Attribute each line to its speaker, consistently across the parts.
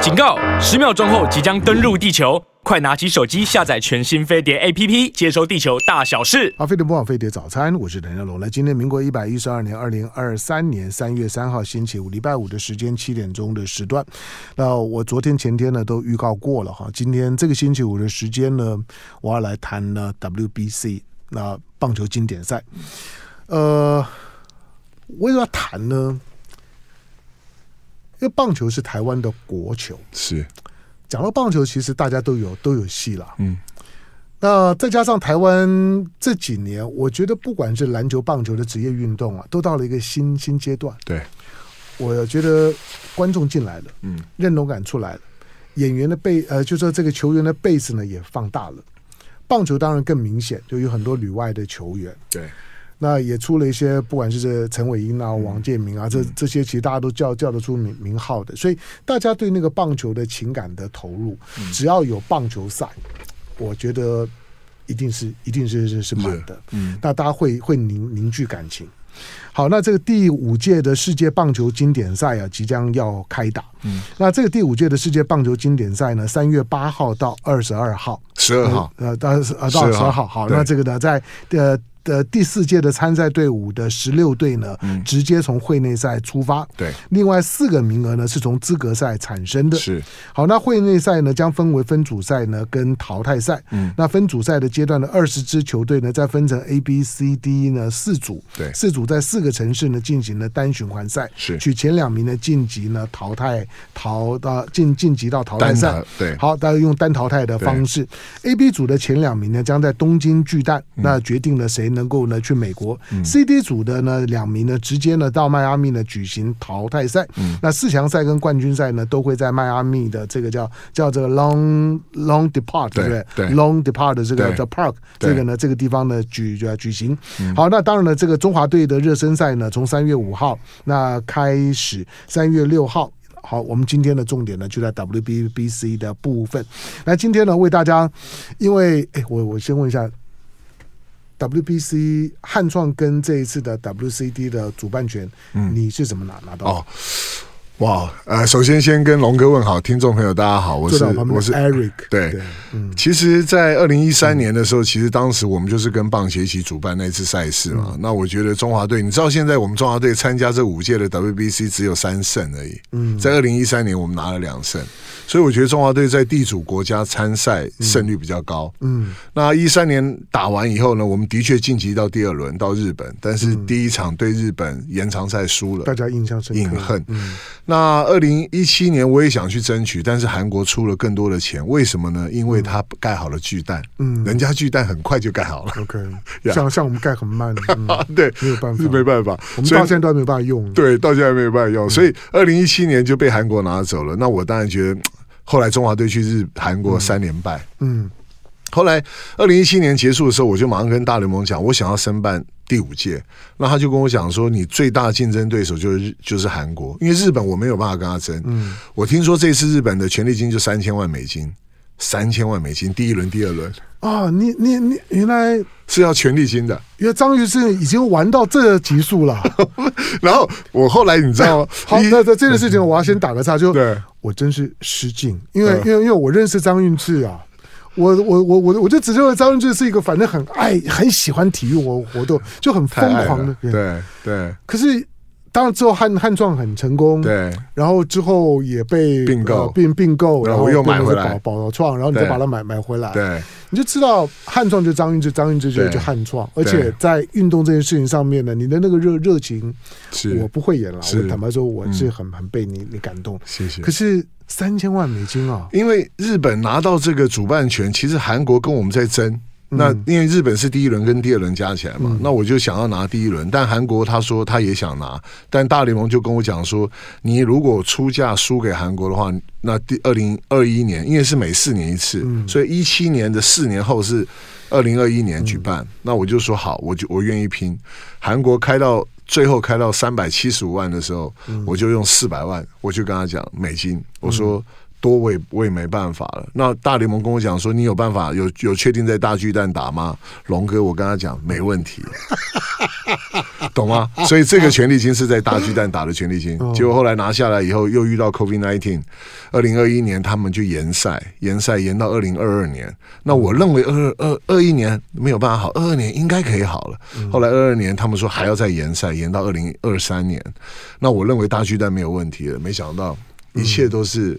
Speaker 1: 警告！十秒钟后即将登陆地球，快拿起手机下载全新飞碟 APP，接收地球大小事。
Speaker 2: 好，飞碟播放飞碟早餐，我是谭家龙。来，今天民国一百一十二年二零二三年三月三号星期五，礼拜五的时间七点钟的时段。那我昨天前天呢都预告过了哈，今天这个星期五的时间呢，我要来谈呢 WBC 那棒球经典赛。呃，为什么要谈呢？因为棒球是台湾的国球。
Speaker 3: 是
Speaker 2: 讲到棒球，其实大家都有都有戏了。嗯，那再加上台湾这几年，我觉得不管是篮球、棒球的职业运动啊，都到了一个新新阶段。
Speaker 3: 对，
Speaker 2: 我觉得观众进来了，嗯，认同感出来了，演员的背呃，就说这个球员的背子呢也放大了。棒球当然更明显，就有很多旅外的球员。
Speaker 3: 对，
Speaker 2: 那也出了一些，不管是这陈伟英啊、王建民啊，这这些其实大家都叫叫得出名名号的，所以大家对那个棒球的情感的投入，只要有棒球赛，我觉得一定是一定是是是满的，嗯，那大家会会凝凝聚感情。好，那这个第五届的世界棒球经典赛啊，即将要开打。嗯，那这个第五届的世界棒球经典赛呢，三月八号到二十二号，
Speaker 3: 十二号
Speaker 2: 呃，到呃到十
Speaker 3: 12
Speaker 2: 二
Speaker 3: 号
Speaker 2: 号，好，
Speaker 3: 对
Speaker 2: 那这个呢，在呃的第四届的参赛队伍的十六队呢，直接从会内赛出发，
Speaker 3: 嗯对
Speaker 2: 另外四个名额呢是从资格赛产生的，
Speaker 3: 是
Speaker 2: 好，那会内赛呢将分为分组赛呢跟淘汰赛。嗯，那分组赛的阶段呢，二十支球队呢再分成 A、B、C、D 呢四组，
Speaker 3: 对
Speaker 2: 四组在四个城市呢进行了单循环赛，
Speaker 3: 是
Speaker 2: 取前两名呢晋级呢淘汰淘到晋晋级到淘汰赛
Speaker 3: 单淘，对
Speaker 2: 好，大家用单淘汰的方式，A、B 组的前两名呢将在东京巨蛋，
Speaker 3: 嗯
Speaker 2: 那决定了谁能够呢去美国。C、D 组的呢两名呢直接呢到迈阿密呢举行淘汰赛。
Speaker 3: 嗯
Speaker 2: 那四强赛跟冠军赛呢都会在迈阿密的这个叫叫这个 Long Long Depart 对
Speaker 3: 对
Speaker 2: 不对
Speaker 3: 对
Speaker 2: l o n g Depart 的这个
Speaker 3: 对
Speaker 2: 叫 Park
Speaker 3: 对嗯
Speaker 2: 这个呢这个地方呢举呃举行。好，那当然了，这个中华队的热身赛呢从三月五号那开始，三月六号。好，我们今天的重点呢就在 WBBC 的部分。那今天呢，为大家，因为哎，我我先问一下，WBC 汉创跟这一次的 WCD 的主办权，你是怎么拿拿到的？
Speaker 3: 嗯哦。哇，呃，首先先跟龙哥问好，听众朋友大家好，我
Speaker 2: 坐
Speaker 3: 是
Speaker 2: 在我旁边
Speaker 3: 我
Speaker 2: 的
Speaker 3: 是
Speaker 2: Eric，
Speaker 3: 对，其实，在二零一三年的时候，其实当时我们就是跟棒协一起主办那次赛事嘛。那我觉得中华队，你知道现在我们中华队参加这五届的 WBC 只有三胜而已。嗯，在二零一三年我们拿了两胜，所以我觉得中华队在地主国家参赛胜率比较高。嗯，那一三年打完以后呢，我们的确晋级到第二轮到日本，但是第一场对日本延长赛输了。
Speaker 2: 大家印象深刻。
Speaker 3: 隐恨。
Speaker 2: 嗯
Speaker 3: 那二零一七年我也想去争取，但是韩国出了更多的钱，为什么呢？因
Speaker 2: 嗯
Speaker 3: 为他盖好了巨蛋，嗯，人家巨蛋很快就盖好了。
Speaker 2: OK，
Speaker 3: 呀
Speaker 2: 像像我们盖很慢， 嗯
Speaker 3: 对，
Speaker 2: 没有办法
Speaker 3: 是没办法，
Speaker 2: 我们
Speaker 3: 所以
Speaker 2: 到现在都还没有办法用。
Speaker 3: 对，到现在没有办法
Speaker 2: 嗯
Speaker 3: 用，所以二零一七年就被韩国拿走了。那我当然觉得，后来中华队去日韩国三连败，
Speaker 2: 嗯，
Speaker 3: 后来二零一七年结束的时候，我就马上跟大联盟讲，我想要申办第五届。那他就跟我讲说，你最大的竞争对手就是日就是韩国，因为日本我没有办法跟他争。嗯，我听说这次日本的权利金就三千万美金，三千万美金，第一轮、第二轮
Speaker 2: 啊，你你你，原来
Speaker 3: 是要权利金的。
Speaker 2: 原来章鱼是已经玩到这级数 了。
Speaker 3: 然后我后来你知道吗？
Speaker 2: 好，
Speaker 3: 一
Speaker 2: 那那这件事情我要先打个岔，就
Speaker 3: 对
Speaker 2: 我真是失敬，因为
Speaker 3: 嗯
Speaker 2: 因为因为我认识张运志啊。我我我我我就只认为张运志是一个反正很爱很喜欢体育活活动就很
Speaker 3: 太
Speaker 2: 疯
Speaker 3: 爱
Speaker 2: 狂的
Speaker 3: 了，
Speaker 2: 人，
Speaker 3: 对对
Speaker 2: 可是当然之后汉汉创很成功，
Speaker 3: 对
Speaker 2: 然后之后也被
Speaker 3: 并购
Speaker 2: 呃并并购，
Speaker 3: 然
Speaker 2: 然
Speaker 3: 后
Speaker 2: 后
Speaker 3: 又买
Speaker 2: 变成
Speaker 3: 回
Speaker 2: 是
Speaker 3: 来
Speaker 2: 宝宝创，然后你再
Speaker 3: 对
Speaker 2: 把它买买回来，
Speaker 3: 对，
Speaker 2: 你就知道汉创就张运志，张运志就
Speaker 3: 对
Speaker 2: 就汉创，而且在运动这件事情上面呢，你的那个热热情，
Speaker 3: 是
Speaker 2: 我不会演了，
Speaker 3: 是嗯
Speaker 2: 我坦白说，我是很很被你你感动。
Speaker 3: 谢谢
Speaker 2: 可。是三千万美金啊，
Speaker 3: 因为日本拿到这个主办权，其实韩国跟我们在争。那因为日本是第一轮跟第二轮加起来嘛，那我就想要拿第一轮，但韩国他说他也想拿，但大联盟就跟我讲说，你如果出价输给韩国的话，那第二零二一年，因为是每四年一次，所以一七年的四年后是二零二一年举办，那我就说好，我就我愿意拼。韩国开到最后开到三百七十五万的时候，我就用四百万，我就跟他讲美金，我说。多我也我也没办法了。那大联盟跟我讲说，你有办法有有确定在大巨蛋打吗？龙哥，我跟他讲没问题， 懂吗？所以这个权利金是在大巨蛋打的权利金，结果后来拿下来以后又遇到 COVID nineteen，二零二一年他们就延赛，延赛延到二零二二年。那我认为二二二一年没有办法好，二二年应该可以好了。后来二二年他们说还要再延赛，延到二零二三年。那我认为大巨蛋没有问题了，没想到一切都是。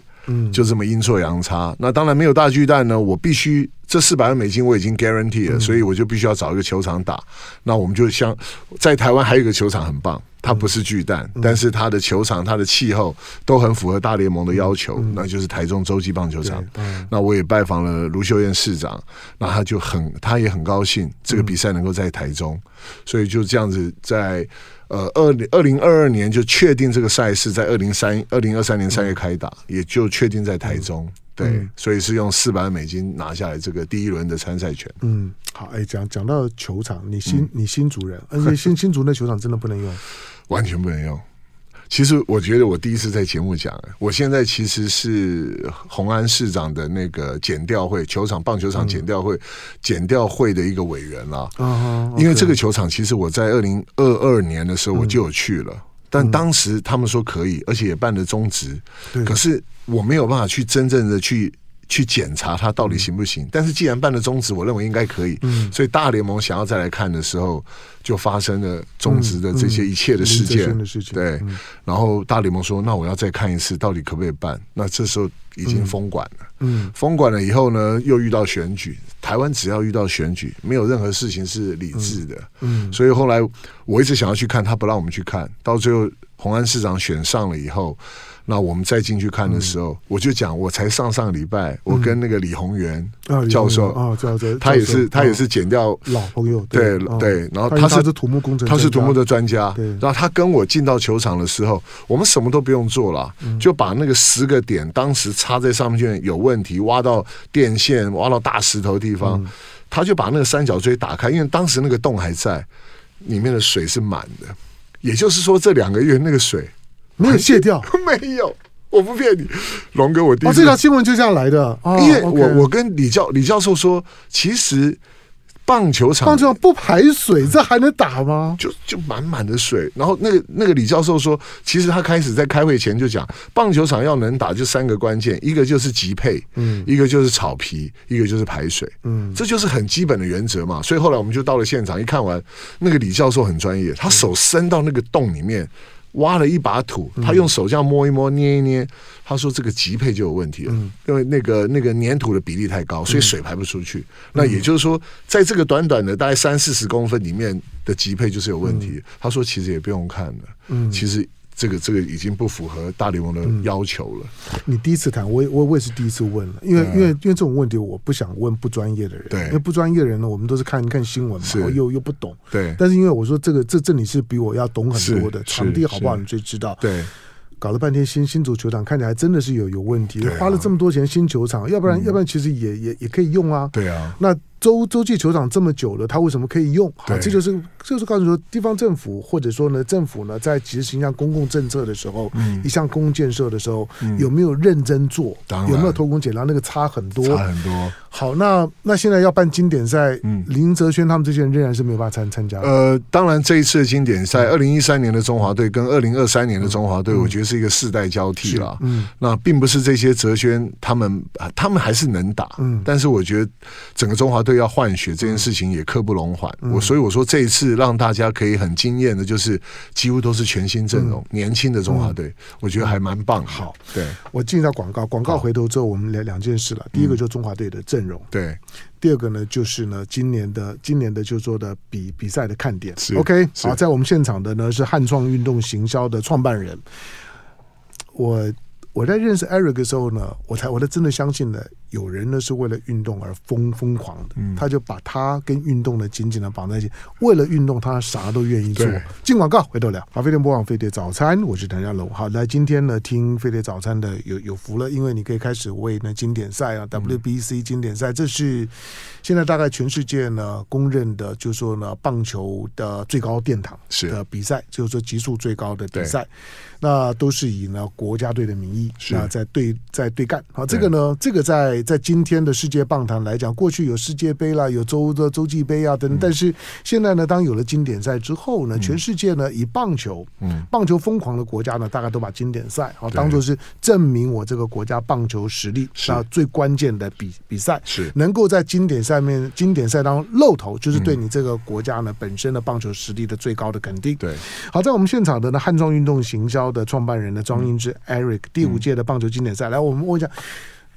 Speaker 3: 就这么阴错阳差。那当然没有大巨蛋呢，我必须这四百万美金我已经 guarantee 了，所以我就必须要找一个球场打。那我们就像在台湾还有一个球场很棒，它不是巨蛋，但是它的球场、它的气候都很符合大联盟的要求，那就是啊嗯台中洲际棒球场。那我也拜访了卢秀燕市长，那他就很他也很高兴这个比赛能够在台中，所以就这样子在。呃，二零二零二二年就确定这个赛事在二零三二零二三年三月开打，也就确定在台中。对，所以是用四百万美金拿下来这个第一轮的参赛权。
Speaker 2: 嗯，好，哎，讲讲到球场，你新、
Speaker 3: 嗯
Speaker 2: 你新主人，而且新新竹那球场真的不能 用，
Speaker 3: 完全不能用。其实我觉得我第一次在节目讲，我现在其实是红安市长的那个检调会球场棒球场检调会检调会的一个委员啦、
Speaker 2: 啊
Speaker 3: 因为这个球场其实我在二零二二年的时候我就有去
Speaker 2: 嗯
Speaker 3: 了，但当时他们说可以，而且也办了中职，
Speaker 2: 对
Speaker 3: 可是我没有办法去真正的去。去检查它到底行不行，
Speaker 2: 嗯
Speaker 3: 但是既然办了中职，我认为应该可以。所以大联盟想要再来看的时候，就发生了中职的这些一切的事件。
Speaker 2: 嗯林哲轩的事情
Speaker 3: 对，然后大联盟说：“那我要再看一次，到底可不可以办？”那这时候已经封管了。
Speaker 2: 嗯，
Speaker 3: 封管了以后呢，又遇到选举。台湾只要遇到选举，没有任何事情是理智的。
Speaker 2: 嗯，
Speaker 3: 所以后来我一直想要去看，他不让我们去看。到最后，红安市长选上了以后，那我们再进去看的时
Speaker 2: 嗯
Speaker 3: 候，我就讲，我才上上礼拜，我跟那个李宏源
Speaker 2: 啊，李
Speaker 3: 教授，
Speaker 2: 啊，教授，
Speaker 3: 他也
Speaker 2: 教
Speaker 3: 是
Speaker 2: 授
Speaker 3: 他也
Speaker 2: 哦
Speaker 3: 是减掉
Speaker 2: 老朋友，
Speaker 3: 对
Speaker 2: 哦
Speaker 3: 对，然后
Speaker 2: 因为
Speaker 3: 是
Speaker 2: 是土木工程
Speaker 3: 他
Speaker 2: 专家，
Speaker 3: 是土木的专家
Speaker 2: 对。
Speaker 3: 然后他跟我进到球场的时候，我们什么都不用做了，
Speaker 2: 嗯
Speaker 3: 就把那个十个点当时插在上面卷有问题，挖到电线，挖到大石头地方，
Speaker 2: 嗯
Speaker 3: 他就把那个三角锥打开，因为当时那个洞还在，里面的水是满的，也就是说这两个月那个水
Speaker 2: 没有卸掉。
Speaker 3: 没有，我不骗你，龙哥，我 第一
Speaker 2: 哦，
Speaker 3: 次
Speaker 2: 这条新闻就这样来的，哦
Speaker 3: 因为我、
Speaker 2: OK
Speaker 3: 我跟李教李教授说，其实棒球场
Speaker 2: 棒球不排水，这还能打吗？
Speaker 3: 就就满满的水。然后那个那个李教授说，其实他开始在开会前就讲，棒球场要能打就三个关键，一个就是集配，嗯，一个就是草皮，一个就是排水，嗯，这就是很基本的原则嘛。所以后来我们就到了现场，一看完那个李教授很专业，他手伸到那个洞里面。挖了一把土，他用手这样摸一摸、捏一捏，他说这个集配就有问题了，因为那个那个粘土的比例太高，所以水排不出去。那也就是说，在这个短短的大概三四十公分里面的集配就是有问题。他说其实也不用看了，其实这个这个已经不符合大联盟的要求了。
Speaker 2: 你第一次谈，我也我我也是第一次问了，因为因为因为这种问题，我不想问不专业的人，
Speaker 3: 对
Speaker 2: 因为不专业的人呢，我们都是看看新闻嘛
Speaker 3: 是，
Speaker 2: 我又又不懂，
Speaker 3: 对
Speaker 2: 但是因为我说这个这这你是比我要懂很多的，
Speaker 3: 是
Speaker 2: 场地
Speaker 3: 是
Speaker 2: 好不好
Speaker 3: 是
Speaker 2: 你最知道，
Speaker 3: 对，
Speaker 2: 搞了半天新新足球场看起来真的是有有问题，
Speaker 3: 对啊嗯
Speaker 2: 花了这么多钱新球场，要不然、要不然其实也也也可以用啊。
Speaker 3: 对啊
Speaker 2: 那洲洲际球场这么久了，它为什么可以用？好，
Speaker 3: 对
Speaker 2: 这就是这就是告诉说地方政府或者说呢政府呢在执行一项公共政策的时候，一项公共建设的时候，有没有认真做
Speaker 3: 嗯当？然
Speaker 2: 有没有偷工减料？那个差很多。
Speaker 3: 差很多。
Speaker 2: 好，那那现在要办经典赛，
Speaker 3: 嗯
Speaker 2: 林哲轩他们这些人仍然是没有办法参参加的。
Speaker 3: 呃，当然这一次的经典
Speaker 2: 嗯
Speaker 3: 赛，二零一三年的中华队跟二零二三年的中华队，我觉得是一个世代交替了。
Speaker 2: 嗯，
Speaker 3: 那并不是这些哲轩他们，啊他们还是能打，
Speaker 2: 嗯
Speaker 3: 但是我觉得整个中华队要换血这件事情也刻不容缓。
Speaker 2: 嗯
Speaker 3: 我所以我说这一次让大家可以很惊艳的，就是几乎都是全新阵容，年轻的中华队，我觉得还蛮棒的。
Speaker 2: 嗯好，
Speaker 3: 对
Speaker 2: 我进一下广告，广告回头之后，我们聊两件事了。第
Speaker 3: 嗯
Speaker 2: 一个就是中华队的阵容，
Speaker 3: 对，
Speaker 2: 第二个呢就是呢今年的今年的就说的比比赛的看点
Speaker 3: 是。
Speaker 2: OK，
Speaker 3: 是
Speaker 2: 好，在我们现场的呢是汉创运动行销的创办人。我我在认识 Eric 的时候呢，我才我才真的相信了有人呢是为了运动而疯疯狂的，
Speaker 3: 嗯
Speaker 2: 他就把他跟运动呢紧紧的绑在一起，为了运动他啥都愿意做
Speaker 3: 对。
Speaker 2: 进广告，回头聊。好，飞碟播放飞碟早餐，我是谭家龙。好，来今天呢听飞碟早餐的有有福了，因为你可以开始为呢经典赛
Speaker 3: 嗯
Speaker 2: 啊 WBC 经典赛，这是现在大概全世界呢公认的，就是说呢棒球的最高殿堂
Speaker 3: 是
Speaker 2: 的比赛，就是说级数最高的比赛，那都是以呢国家队的名义
Speaker 3: 是
Speaker 2: 那在对在对干。好，这个呢，这个在在今天的世界棒坛来讲，过去有世界杯啦，有洲的洲际杯啊等
Speaker 3: 嗯
Speaker 2: 等，但是现在呢，当有了经典赛之后呢，全世界呢以棒球，
Speaker 3: 嗯，
Speaker 2: 棒球疯狂的国家呢，大概都把经典赛啊当做是证明我这个国家棒球实力
Speaker 3: 是
Speaker 2: 那最关键的比比赛。
Speaker 3: 是
Speaker 2: 能够在经典赛面经典赛当中露头，
Speaker 3: 嗯
Speaker 2: 就是对你这个国家呢本身的棒球实力的最高的肯定。
Speaker 3: 对，
Speaker 2: 好，在我们现场的呢，汉庄运动行销的创办人呢，庄英之
Speaker 3: 嗯
Speaker 2: Eric，第五届的棒球经典赛，来，我们问一下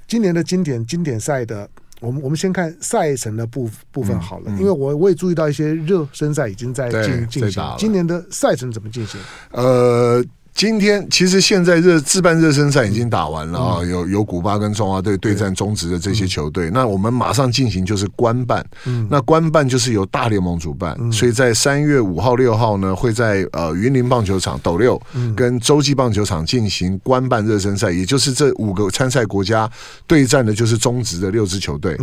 Speaker 2: 今年的经典经典赛的，我们我们先看赛程的部部分好了，因为我我也注意到一些热身赛已经在
Speaker 3: 嗯对
Speaker 2: 进进
Speaker 3: 在打
Speaker 2: 行
Speaker 3: 了，
Speaker 2: 今年的赛程怎么进行？
Speaker 3: 呃，今天其实现在热自办热身赛已经打完了啊、有有古巴跟中华队对战中职的这些球队，那我们马上进行就是官办，那官办就是由大联盟主办，所以在三月五号、六号呢会在呃云林棒球场斗六跟洲际棒球场进行官办热身赛，也就是这五个参赛国家对战的就是中职的六支球队，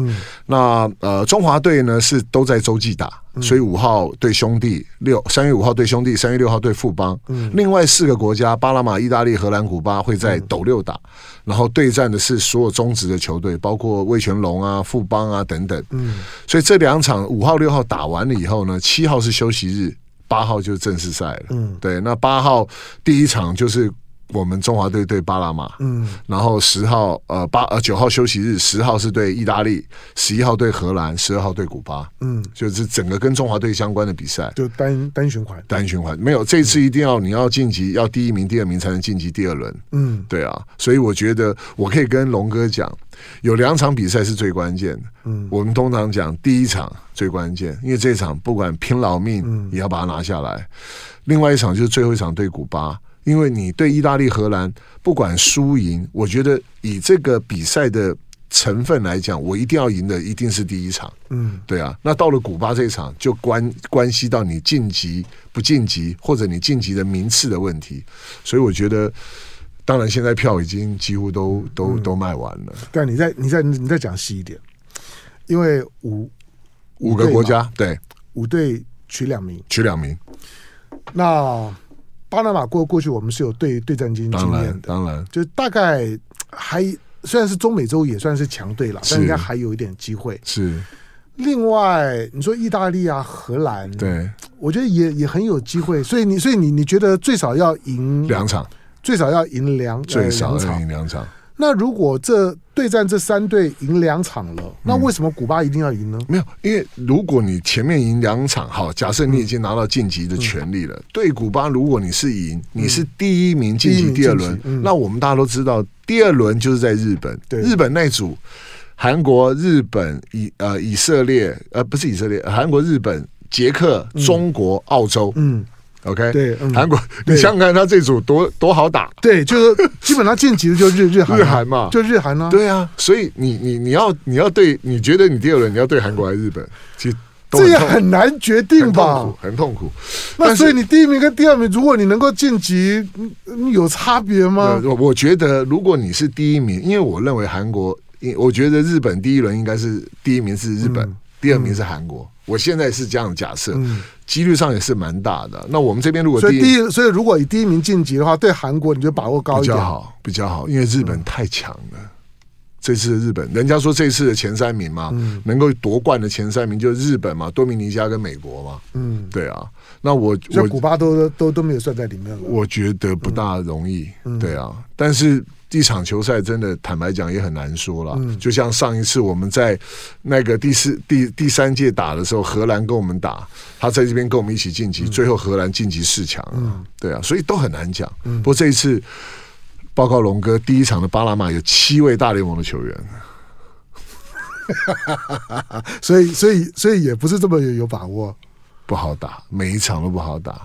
Speaker 3: 那呃中华队呢是都在洲际打。所以五号对兄弟，六三月五号对兄弟，三月六号对富邦。另外四个国家，巴拿马、意大利、荷兰、古巴会在斗六打，然后对战的是所有中职的球队，包括味全龙啊、富邦啊等等。嗯，所以这两场五号、六号打完了以后呢，七号是休息日，八号就是正式赛了。嗯，对，那八号第一场就是。我们中华队对巴拿马，嗯，然后十号呃八呃九号休息日，十号是对意大利，十一号对荷兰，十二号对古巴，嗯，就是整个跟中华队相关的比赛，
Speaker 2: 就单单循环。
Speaker 3: 单循环没有，这次一定要你要晋级，要第一名、第二名才能晋级第二轮。
Speaker 2: 嗯，
Speaker 3: 对啊，所以我觉得我可以跟龙哥讲，有两场比赛是最关键的。嗯，我们通常讲第一场最关键，因为这场不管拼老
Speaker 2: 嗯
Speaker 3: 命也要把它拿下来。另外一场就是最后一场对古巴，因为你对意大利、荷兰不管输赢，我觉得以这个比赛的成分来讲，我一定要赢的一定是第一场。
Speaker 2: 嗯，
Speaker 3: 对啊，那到了古巴这一场，就关关系到你晋级不晋级，或者你晋级的名次的问题。所以我觉得，当然现在票已经几乎都
Speaker 2: 嗯
Speaker 3: 都都卖完了，
Speaker 2: 但你再你再你再讲细一点，因为五
Speaker 3: 五个
Speaker 2: 队
Speaker 3: 国
Speaker 2: 嘛
Speaker 3: 家对
Speaker 2: 五队取两名，
Speaker 3: 取两名，
Speaker 2: 那巴拿马过过去我们是有对对战经
Speaker 3: 当
Speaker 2: 经验
Speaker 3: 然
Speaker 2: 的，
Speaker 3: 当然
Speaker 2: 就大概嘖还虽然是中美洲也算是强队了，
Speaker 3: 是
Speaker 2: 但应该还有一点机会。
Speaker 3: 是
Speaker 2: 另外，你说意大利啊、荷兰，
Speaker 3: 对
Speaker 2: 我觉得也也很有机会。所以你，所以你你觉得最少要赢
Speaker 3: 两场，
Speaker 2: 最少要赢两
Speaker 3: 最少
Speaker 2: 呃、
Speaker 3: 要
Speaker 2: 两场。
Speaker 3: 赢两场。
Speaker 2: 那如果这对战这三队赢两场了，
Speaker 3: 嗯
Speaker 2: 那为什么古巴一定要赢呢？
Speaker 3: 没有，因为如果你前面赢两场，好，假设你已经拿到晋级的权利了。
Speaker 2: 嗯
Speaker 3: 对古巴，如果你是赢，你是第一名晋级第二
Speaker 2: 第一
Speaker 3: 轮
Speaker 2: 名，晋级嗯
Speaker 3: 那我们大家都知道，第二轮就是在日本，
Speaker 2: 对
Speaker 3: 日本那组，韩国、日本、以呃以色列，呃不是以色列，呃韩国、日本、捷克、中国、澳洲
Speaker 2: 嗯，
Speaker 3: ，OK，
Speaker 2: 对嗯
Speaker 3: 韩国，你
Speaker 2: 对
Speaker 3: 想想看，他这组多多好打，
Speaker 2: 对，就是说基本上晋级的就日日韩啊
Speaker 3: 日韩嘛
Speaker 2: 就日韩呢、
Speaker 3: 对啊，所以你你你要你要对，你觉得你第二轮你要对韩国还是日本？其实都
Speaker 2: 这也
Speaker 3: 痛
Speaker 2: 很难决定
Speaker 3: 很
Speaker 2: 吧
Speaker 3: 痛？苦，很痛苦。
Speaker 2: 那
Speaker 3: 但是
Speaker 2: 所以你第一名跟第二名，如果你能够晋级，嗯嗯有差别吗
Speaker 3: 呃？我我觉得，如果你是第一名，因为我认为韩国，因我觉得日本第一轮应该是第一名是日本，
Speaker 2: 嗯
Speaker 3: 第二名是韩国。我现在是这样假设，几率上也是蛮大的。那我们这边如果
Speaker 2: 所
Speaker 3: 第
Speaker 2: 以
Speaker 3: 一
Speaker 2: 第一，所以如果以第一名晋级的话，对韩国你就把握高
Speaker 3: 比
Speaker 2: 一点
Speaker 3: 较。好，比较好，因为日本太强了。这次的日本，人家说这次的前三名嘛，
Speaker 2: 嗯
Speaker 3: 能够夺冠的前三名就是日本嘛，多米尼加跟美国嘛。嗯，对啊。那我
Speaker 2: 所
Speaker 3: 我
Speaker 2: 以古巴都都都没有算在里面了。
Speaker 3: 我觉得不大容易，
Speaker 2: 嗯
Speaker 3: 对啊。但是一场球赛真的，坦白讲也很难说了。
Speaker 2: 嗯
Speaker 3: 就像上一次我们在那个第四、第第三届打的时候，荷兰跟我们打，他在这边跟我们一起晋
Speaker 2: 嗯
Speaker 3: 级，最后荷兰晋级四强、啊，对啊，所以都很难讲。
Speaker 2: 嗯
Speaker 3: 不过这一次，报告龙哥，第一场的巴拿马有七位大联盟的球员，
Speaker 2: 所以所以所以也不是这么有有把握。
Speaker 3: 不好打，每一场都不好打。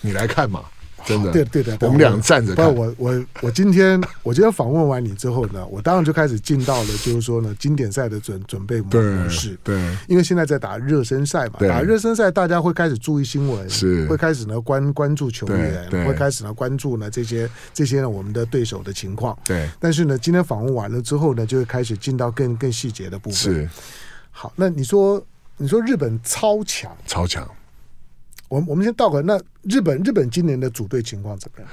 Speaker 3: 你来看嘛，真的，
Speaker 2: 对对的，对
Speaker 3: 我们俩站着
Speaker 2: 不，
Speaker 3: 看，
Speaker 2: 我我我今天我今天访问完你之后呢，我当然就开始进到了就是说呢经典赛的准准备模模式
Speaker 3: 对。对，
Speaker 2: 因为现在在打热身赛嘛，
Speaker 3: 对
Speaker 2: 打热身赛大家会开始注意新闻，
Speaker 3: 是
Speaker 2: 会开始呢关关注球员
Speaker 3: 对，对
Speaker 2: 会开始呢关注呢这些这些呢我们的对手的情况。
Speaker 3: 对
Speaker 2: 但是呢，今天访问完了之后呢，就会开始进到更更细节的部分。
Speaker 3: 是
Speaker 2: 好，那你说你说日本超强，
Speaker 3: 超强。
Speaker 2: 我们我们先倒回来，那日本日本今年的组队情况怎么样？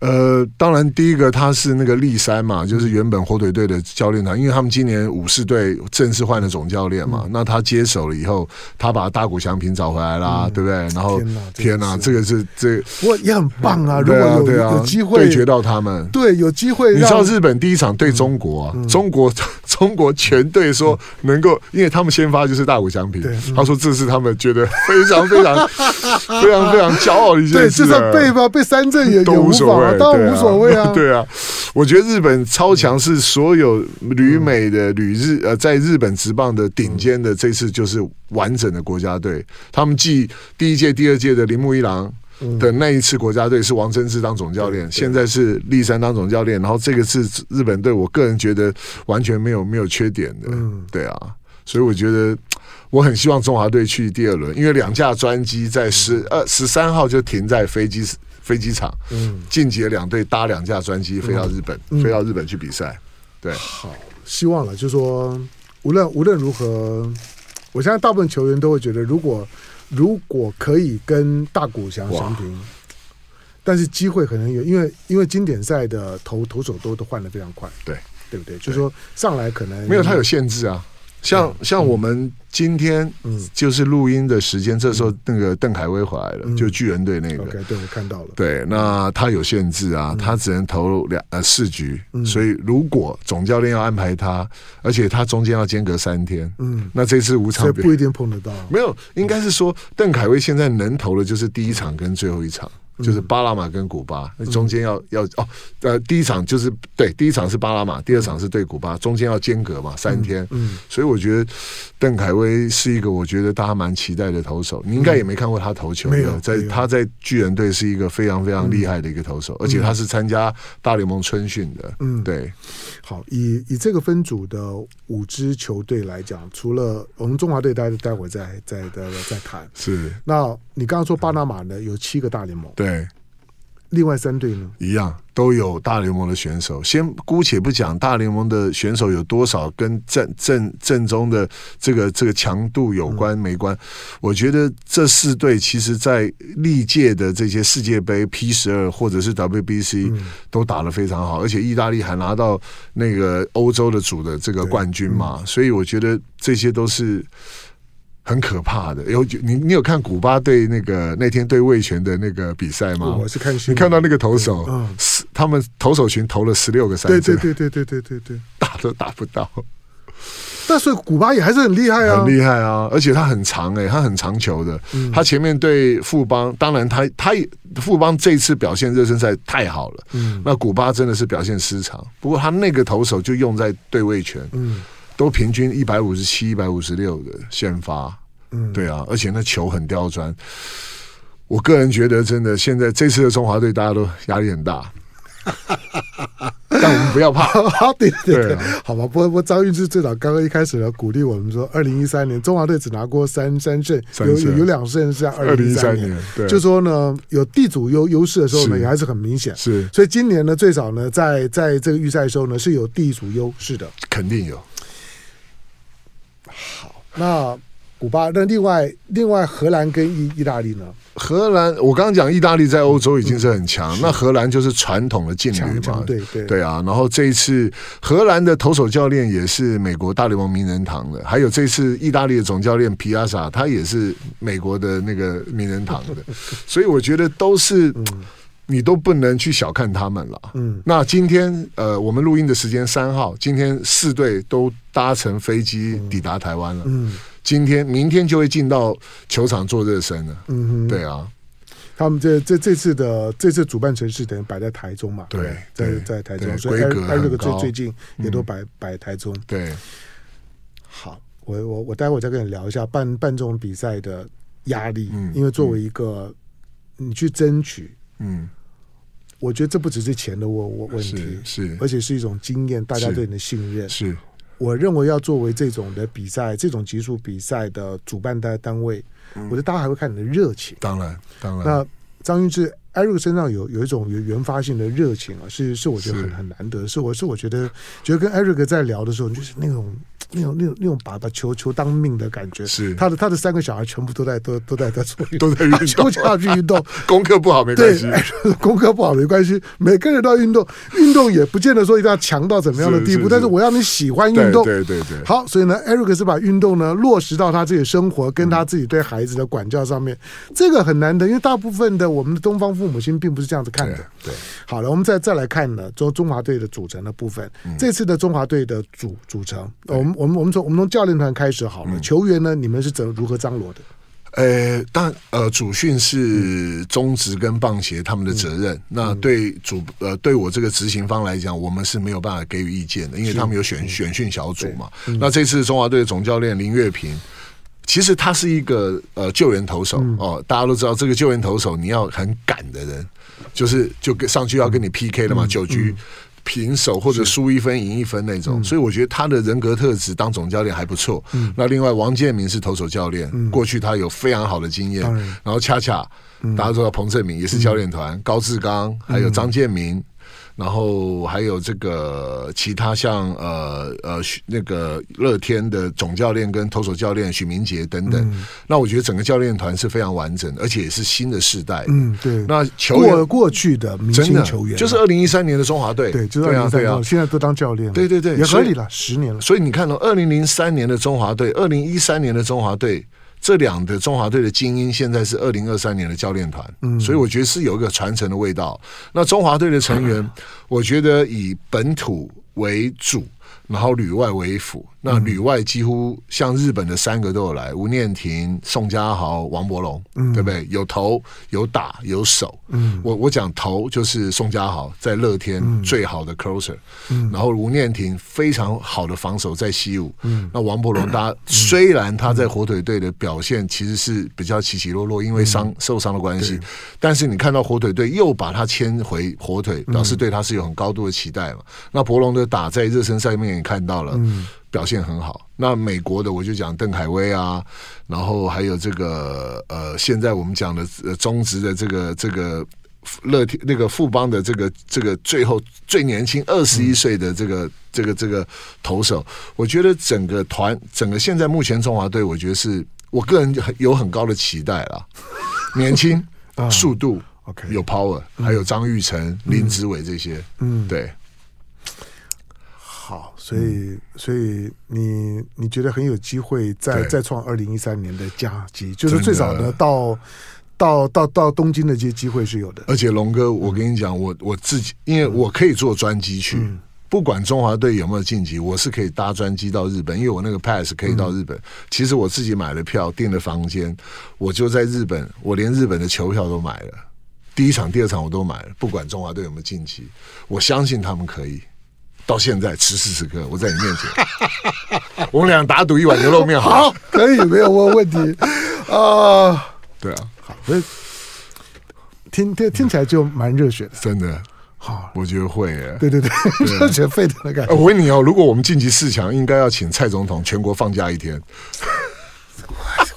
Speaker 3: 呃，当然，第一个他是那个立山嘛，就是原本火腿队的教练团，因为他们今年武士队正式换了总教练嘛，那他接手了以后，他把大谷翔平找回来啦，对不对？然后
Speaker 2: 天哪
Speaker 3: 天哪，这个是这
Speaker 2: 不过也很棒啊！如
Speaker 3: 对
Speaker 2: 果
Speaker 3: 啊
Speaker 2: 有
Speaker 3: 对啊
Speaker 2: 有机会
Speaker 3: 对决到他们，
Speaker 2: 对有机会
Speaker 3: 你知道
Speaker 2: 让
Speaker 3: 日本第一场对中国啊，中国中国全队说能够，因为他们先发就是大谷翔平
Speaker 2: 对，
Speaker 3: 他说这是他们觉得非常非常非常非常骄傲的一件
Speaker 2: 对，
Speaker 3: 事
Speaker 2: 就
Speaker 3: 啊，
Speaker 2: 算被吧被三振也
Speaker 3: 都
Speaker 2: 也无
Speaker 3: 无所
Speaker 2: 妨啊，
Speaker 3: 谓，
Speaker 2: 当然无所谓啊。
Speaker 3: 对啊，我觉得日本超强是所有旅美的旅日呃，在日本职棒的顶尖的，这次就是完整的国家队。他们继第一届、第二届的铃木一郎。的那一次国家队是王贞治当总教
Speaker 2: 嗯
Speaker 3: 练，现在是立山当总教练，然后这个是日本队，我个人觉得完全没有没有缺点的，对啊，所以我觉得我很希望中华队去第二轮，因为两架专机在十二十三号就停在飞机飞机场，嗯，晋级的两队搭两架专机飞到日本，飞到日本去比赛。对，
Speaker 2: 好，希望了，就说无论无论如何，我相信大部分球员都会觉得，如果如果可以跟大谷翔
Speaker 3: 哇
Speaker 2: 相平，但是机会可能有，因为因为经典赛的投投手都都换的非常快，
Speaker 3: 对
Speaker 2: 对不对？就说上来可能
Speaker 3: 没有它有限制啊。像像我们今天就是录音的时间，这时候那个邓凯威回来了，就巨人队那个，
Speaker 2: OK，对我看到了，嗯
Speaker 3: 对，那他有限制啊，他只能投两呃四局，所以如果总教练要安排他，而且他中间要间隔三天，嗯，那这次五
Speaker 2: 所
Speaker 3: 场
Speaker 2: 以
Speaker 3: 比
Speaker 2: 不一定碰得到。
Speaker 3: 没有，应该是说邓凯威现在能投的就是第一场跟最后一场，
Speaker 2: 嗯
Speaker 3: 就是巴拿马跟古巴，中间要要哦，呃，第一场就是对，第一场是巴拿马，第二场是对古
Speaker 2: 嗯
Speaker 3: 巴，中间要间隔嘛三天，所以我觉得邓凯威是一个我觉得大家蛮期待的投手，你应该也没看过他投球，
Speaker 2: 没有
Speaker 3: 对不对
Speaker 2: 没
Speaker 3: 在
Speaker 2: 有
Speaker 3: 他在巨人队是一个非常非常厉害的一个投手，而且他是参加大联盟春训的，嗯，对，
Speaker 2: 好，以以这个分组的五支球队来讲，除了我们中华队，待待会再再再再谈。
Speaker 3: 是，
Speaker 2: 那你刚刚说巴拿马呢，有七个大联盟，
Speaker 3: 对。
Speaker 2: 另外三队呢？
Speaker 3: 一样都有大联盟的选手。先姑且不讲大联盟的选手有多少跟正正正宗的这个这个强度有关没关，我觉得这四队其实在历届的这些世界杯 P 十二或者是 WBC
Speaker 2: 嗯
Speaker 3: 都打得非常好，而且意大利还拿到那个欧洲的组的这个冠军嘛，所以我觉得这些都是。很可怕的，有你你有看古巴对那个那天对卫权的那个比赛吗？
Speaker 2: 我是看新
Speaker 3: 啊你
Speaker 2: 闻
Speaker 3: 看到那个投手
Speaker 2: 嗯嗯，
Speaker 3: 十、他们投手群投了十六个三
Speaker 2: 对
Speaker 3: 振，
Speaker 2: 对对对对对对对。
Speaker 3: 打都打不到，
Speaker 2: 但是古巴也还是很厉害啊，
Speaker 3: 很厉害啊！而且他很长哎、他很长球的。他前面对富邦，当然他他也富邦这次表现热身赛太好了，那古巴真的是表现失常。不过他那个投手就用在对位权，都平均一百五十七、一百五十六的先发，对啊，而且那球很刁钻。我个人觉得，真的，现在这次的中华队大家都压力很大，但我们不要怕。
Speaker 2: 好，对对对，
Speaker 3: 对啊
Speaker 2: 好吧。不过不过张玉志最早刚刚一开始呢，鼓励我们说，二零一三年中华队只拿过三三胜，
Speaker 3: 三
Speaker 2: 有有
Speaker 3: 胜
Speaker 2: 有两胜是在二零一
Speaker 3: 2013
Speaker 2: 三
Speaker 3: 年
Speaker 2: 年，
Speaker 3: 对
Speaker 2: 就说呢有地主优优势的时候呢，
Speaker 3: 是
Speaker 2: 也还是很明显。
Speaker 3: 是
Speaker 2: 所以今年呢，最少呢，在在这个预赛的时候呢，是有地主优势的。
Speaker 3: 肯定有。
Speaker 2: 那古巴，那另外另外荷兰跟意意大利呢，
Speaker 3: 荷兰，我刚刚讲意大利在欧洲已经是很强，那荷兰就是传统的劲旅
Speaker 2: 强
Speaker 3: 嘛
Speaker 2: 强，对对
Speaker 3: 对啊。然后这一次荷兰的投手教练也是美国大联盟名人堂的，还有这次意大利的总教练皮亚萨，他也是美国的那个名人堂 的，所以我觉得都是。
Speaker 2: 嗯
Speaker 3: 你都不能去小看他们了。嗯，那今天呃，我们录音的时间三号，今天四队都搭乘飞机抵达台湾了。嗯，今天明天就会进到球场做热身了。嗯，对啊，
Speaker 2: 他们这这这次的这次主办城市等于摆在台中嘛，
Speaker 3: 对
Speaker 2: 在
Speaker 3: 对
Speaker 2: 在台中，
Speaker 3: 对
Speaker 2: 所以
Speaker 3: 规
Speaker 2: 艾
Speaker 3: 格
Speaker 2: 艾瑞
Speaker 3: 很
Speaker 2: 克最
Speaker 3: 高嗯
Speaker 2: 最近也都摆摆台中。
Speaker 3: 对，
Speaker 2: 好，我我我待会儿再跟你聊一下办办这种比赛的压力，因为作为一个、你去争取，
Speaker 3: 嗯，
Speaker 2: 我觉得这不只是钱的问问问题
Speaker 3: 是，是
Speaker 2: 而且是一种经验，大家
Speaker 3: 是
Speaker 2: 对你的信任。
Speaker 3: 是
Speaker 2: 我认为要作为这种的比赛，这种级数比赛的主办单单位，
Speaker 3: 嗯
Speaker 2: 我觉得大家还会看你的热情。
Speaker 3: 当然当然。
Speaker 2: 那张云志 Eric 身上有有一种原原发性的热情啊，是是我觉得很
Speaker 3: 是
Speaker 2: 很难得，是我是我觉得觉得跟 Eric 在聊的时候，就是那种。那种、那种、那种把把球球当命的感觉，
Speaker 3: 是
Speaker 2: 他的他的三个小孩全部都在都都在在做运动，
Speaker 3: 都在运
Speaker 2: 球
Speaker 3: 动
Speaker 2: 下去运动，
Speaker 3: 功课不好没关
Speaker 2: 对哎
Speaker 3: 系，，
Speaker 2: 功课不好没关系，每个人都要运动，运动也不见得说一定要强到怎么样的
Speaker 3: 是
Speaker 2: 地步，
Speaker 3: 是
Speaker 2: 但是
Speaker 3: 是
Speaker 2: 我要你喜欢
Speaker 3: 对
Speaker 2: 运动，
Speaker 3: 对对对，
Speaker 2: 好，所以呢，Eric 是把运动呢落实到他自己的生活跟他自己对孩子的管教上面，这个很难得，因为大部分的我们的东方父母亲并不是这样子看
Speaker 3: 对
Speaker 2: 的。
Speaker 3: 对
Speaker 2: 好了，我们再再来看呢，中中华队的组成的部分。
Speaker 3: 嗯
Speaker 2: 这次的中华队的组组成，呃我们我们我们从我们从教练团开始好了，
Speaker 3: 嗯
Speaker 2: 球员呢，你们是怎如何张罗的？
Speaker 3: 呃，但呃，主训是中职跟棒协他们的责
Speaker 2: 嗯
Speaker 3: 任。那对主呃，对我这个执行方来讲，我们是没有办法给予意见的，因为他们有
Speaker 2: 嗯
Speaker 3: 选选训小组嘛。那这次中华队总教练林月平。其实他是一个呃救援投手、
Speaker 2: 嗯
Speaker 3: 哦，大家都知道这个救援投手你要很敢的人，就是就跟上去要跟你 PK
Speaker 2: 嗯
Speaker 3: 了嘛，九、局平手或者输一分赢一分那
Speaker 2: 嗯
Speaker 3: 种，所以我觉得他的人格特质当总教练还不错。那另外王建民是投手教练，过去他有非常好的经验，
Speaker 2: 嗯当然嗯
Speaker 3: 然后恰恰大家知道彭正明也是教练团，高志刚还有张建民。然后还有这个其他像呃呃许那个乐天的总教练跟投手教练许明杰等等，
Speaker 2: 嗯
Speaker 3: 那我觉得整个教练团是非常完整的，而且也是新的世代。
Speaker 2: 嗯，对，
Speaker 3: 那球员
Speaker 2: 过过去的明
Speaker 3: 真
Speaker 2: 星
Speaker 3: 的
Speaker 2: 球员
Speaker 3: 就是二零一三年的中华队，
Speaker 2: 对，就是
Speaker 3: 对
Speaker 2: 二
Speaker 3: 啊
Speaker 2: 零三
Speaker 3: 对啊。
Speaker 2: 现在都当教练了，
Speaker 3: 对对对
Speaker 2: 也合
Speaker 3: 所以
Speaker 2: 理了，十年了。
Speaker 3: 所以你看到哦二零零三年的中华队，二零一三年的中华队，这两的中华队的精英现在是二零二三年的教练团，嗯，所以我觉得是有一个传承的味道。那中华队的成员，我觉得以本土为主。然后旅外为辅，那旅外几乎像日本的三个都有来，吴念婷、宋佳豪、王伯龙，对不对？有投、有打、有守。嗯，我我讲投就是宋佳豪在乐天最好的 closer，、然后吴念婷非常好的防守在西武。嗯，那王伯龙他虽然他在火腿队的表现其实是比较起起落落，因为伤、受伤的关系，但是你看到火腿队又把他签回火腿，表示对他是有很高度的期待嘛。那伯龙的打在热身赛里面也看到了。表现很好。那美国的我就讲邓凯威啊，然后还有这个呃，现在我们讲的呃中职的这个这个乐天那个富邦的这个这个最后最年轻二十一岁的这个、这个这个投手，我觉得整个团整个现在目前中华队，我觉得是我个人很有很高的期待啦，年轻、速度、
Speaker 2: OK
Speaker 3: 有 power，还有张玉成、林子伟这些，嗯，对。
Speaker 2: 好，所以所以你你觉得很有机会再
Speaker 3: 对
Speaker 2: 再创二零一三年的佳绩，就是
Speaker 3: 真的
Speaker 2: 最少呢到到到到东京的机机会是有的。
Speaker 3: 而且龙哥，我跟你讲，我我自己，因为我可以坐专机去，
Speaker 2: 嗯
Speaker 3: 不管中华队有没有晋级，我是可以搭专机到日本，因为我那个 pass 可以到日本。其实我自己买了票，订了房间，我就在日本，我连日本的球票都买了，第一场、第二场我都买了，不管中华队有没有晋级，我相信他们可以。到现在，此时此刻，我在你面前， 我们俩打赌一碗牛肉面，好
Speaker 2: 好，，可以，没有问问题。啊，
Speaker 3: 对啊，
Speaker 2: 好，所以听听听起来就蛮热血的。
Speaker 3: 真的，
Speaker 2: 好，
Speaker 3: 我觉得会耶。
Speaker 2: 对对对， 热血沸腾的感
Speaker 3: 呃
Speaker 2: 觉。
Speaker 3: 我问你哦，如果我们晋级四强，应该要请蔡总统全国放假一天。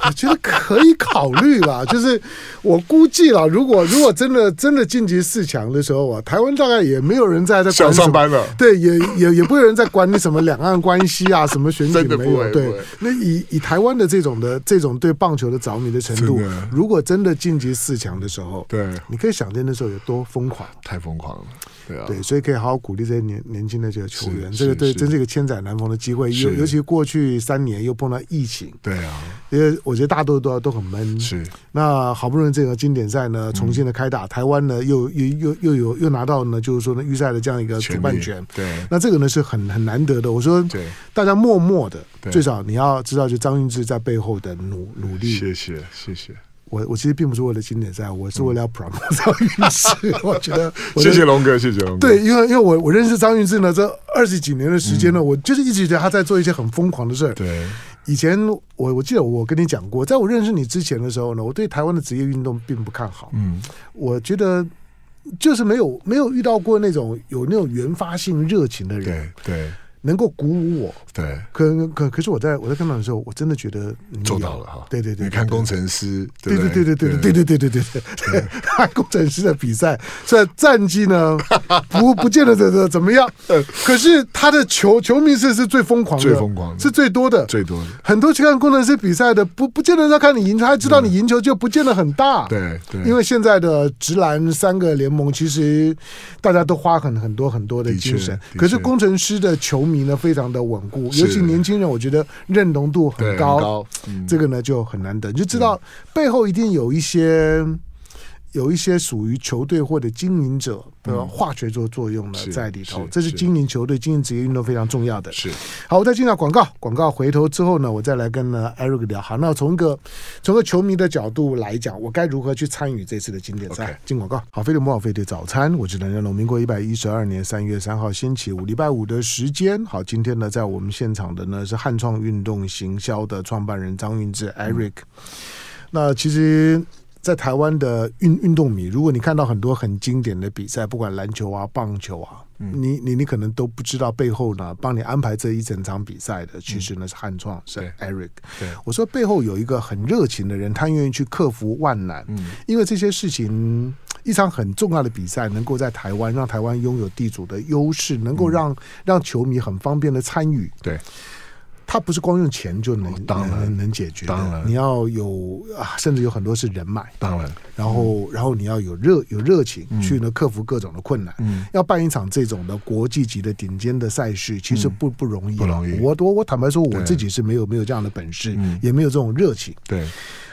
Speaker 2: 我觉得可以考虑啦，就是我估计啦，如果如果真的真的晋级四强的时候啊，台湾大概也没有人在在管
Speaker 3: 想上
Speaker 2: 什么
Speaker 3: 班了
Speaker 2: 对，也也也不会有人在管你什么两岸关系啊，什么选举
Speaker 3: 真的不
Speaker 2: 没有
Speaker 3: 会，
Speaker 2: 对
Speaker 3: 不会，
Speaker 2: 那以以台湾的这种的这种对棒球的着迷的程度
Speaker 3: 真的，
Speaker 2: 如果真的晋级四强的时候，
Speaker 3: 对
Speaker 2: 你可以想见那时候有多疯狂。
Speaker 3: 太疯狂了，对啊，
Speaker 2: 对，所以可以好好鼓励这些年年轻的这个球员，
Speaker 3: 是
Speaker 2: 这个对
Speaker 3: 是
Speaker 2: 真是一个千载难逢的机会。尤
Speaker 3: 是
Speaker 2: 尤其过去三年又碰到疫情，
Speaker 3: 对啊，
Speaker 2: 因为我觉得大家都都都很闷。
Speaker 3: 是
Speaker 2: 那好不容易这个经典赛
Speaker 3: 嗯
Speaker 2: 呢重新的开打，台湾呢又又又又有又拿到呢，就是说呢预赛的这样一个主
Speaker 3: 权
Speaker 2: 办
Speaker 3: 利
Speaker 2: 权。
Speaker 3: 对
Speaker 2: 那这个呢是很很难得的。我说，
Speaker 3: 对，
Speaker 2: 大家默默的，
Speaker 3: 对
Speaker 2: 最少你要知道，就张运志在背后的努努力。
Speaker 3: 谢谢谢谢，
Speaker 2: 我我其实并不是为了经典赛，我是为了要 promote 张运志。 我觉 得，我觉
Speaker 3: 嗯谢
Speaker 2: 得
Speaker 3: 谢龙哥，谢谢龙哥，
Speaker 2: 对，因为因为我我认识张运志呢，这二十几年的时间
Speaker 3: 嗯
Speaker 2: 呢，我就是一直觉得他在做一些很疯狂的事儿。
Speaker 3: 对
Speaker 2: 以前我我记得我跟你讲过，在我认识你之前的时候呢，我对台湾的职业运动并不看好。
Speaker 3: 嗯，
Speaker 2: 我觉得就是没有没有遇到过那种有那种原发性热情的人，
Speaker 3: 对对
Speaker 2: 能够鼓舞我。
Speaker 3: 对，
Speaker 2: 可可可是我在我在看到的时候，我真的觉得你
Speaker 3: 做
Speaker 2: 有
Speaker 3: 到了哈。
Speaker 2: 对对对，
Speaker 3: 你看
Speaker 2: 对
Speaker 3: 工程师，
Speaker 2: 对
Speaker 3: 不
Speaker 2: 对对对对对对对对对对， 看工程师的比赛，这战绩 呢不不见得怎怎怎么样，可是他的球球迷是是最疯狂的，
Speaker 3: 最疯狂的
Speaker 2: 是最多的，
Speaker 3: 最多的。
Speaker 2: 很多去看工程师比赛的，不不见得要看你赢，他知道你赢球就不见得很大，
Speaker 3: 对对，
Speaker 2: 因为现在的直男三个联盟，其实大家都花很很多很多的
Speaker 3: 的确
Speaker 2: 精神
Speaker 3: 的，确
Speaker 2: 可是工程师的球迷呢非常的稳固，
Speaker 3: 是
Speaker 2: 尤其年轻人，我觉得认同度
Speaker 3: 对
Speaker 2: 很高，
Speaker 3: 嗯
Speaker 2: 这个呢就很难得，你就知道背后一定有一些。有一些属于球队或者经营者的化学作作用呢
Speaker 3: 是
Speaker 2: 在里头
Speaker 3: 是，
Speaker 2: 嗯这是
Speaker 3: 是
Speaker 2: 经营球队、经营职业运动非常重要的。
Speaker 3: 是
Speaker 2: 好，我再进到广告，广告回头之后呢，我再来跟呢 Eric 聊。好，那从一个从一个球迷的角度来讲，我该如何去参与这次的经典赛
Speaker 3: OK
Speaker 2: 进广告。好，飞碟摩尔飞碟早餐，我是梁家龙。民国一百一十二年三月三号星期五，礼拜五的时间。好，今天呢，在我们现场的呢是汉创运动行销的创办人张运志 Eric。那其实。在台湾的运运动迷，如果你看到很多很经典的比赛，不管篮球啊、棒球啊，
Speaker 3: 嗯
Speaker 2: 你你你可能都不知道背后呢帮你安排这一整场比赛的，其实呢是汉创是 Eric。
Speaker 3: 嗯对
Speaker 2: 我说背后有一个很热情的人，他愿意去克服万难，
Speaker 3: 嗯
Speaker 2: 因为这些事情。一场很重要的比赛能够在台湾，让台湾拥有地主的优势，能
Speaker 3: 嗯
Speaker 2: 够让、让球迷很方便的参与。
Speaker 3: 对
Speaker 2: 他不是光用钱就能、呃
Speaker 3: 哦当然
Speaker 2: 能能解决的，
Speaker 3: 当然
Speaker 2: 你要有啊，甚至有很多是人脉，
Speaker 3: 当然
Speaker 2: 然
Speaker 3: 嗯
Speaker 2: 后，然后你要有热有热情去呢克服各种的困难。
Speaker 3: 嗯
Speaker 2: 要办一场这种的国际级的顶尖的赛事，其实不不容易啊。
Speaker 3: 嗯不容易
Speaker 2: 我我我坦白说，我
Speaker 3: 对
Speaker 2: 自己是没有没有这样的本事
Speaker 3: 嗯，
Speaker 2: 也没有这种热情。
Speaker 3: 对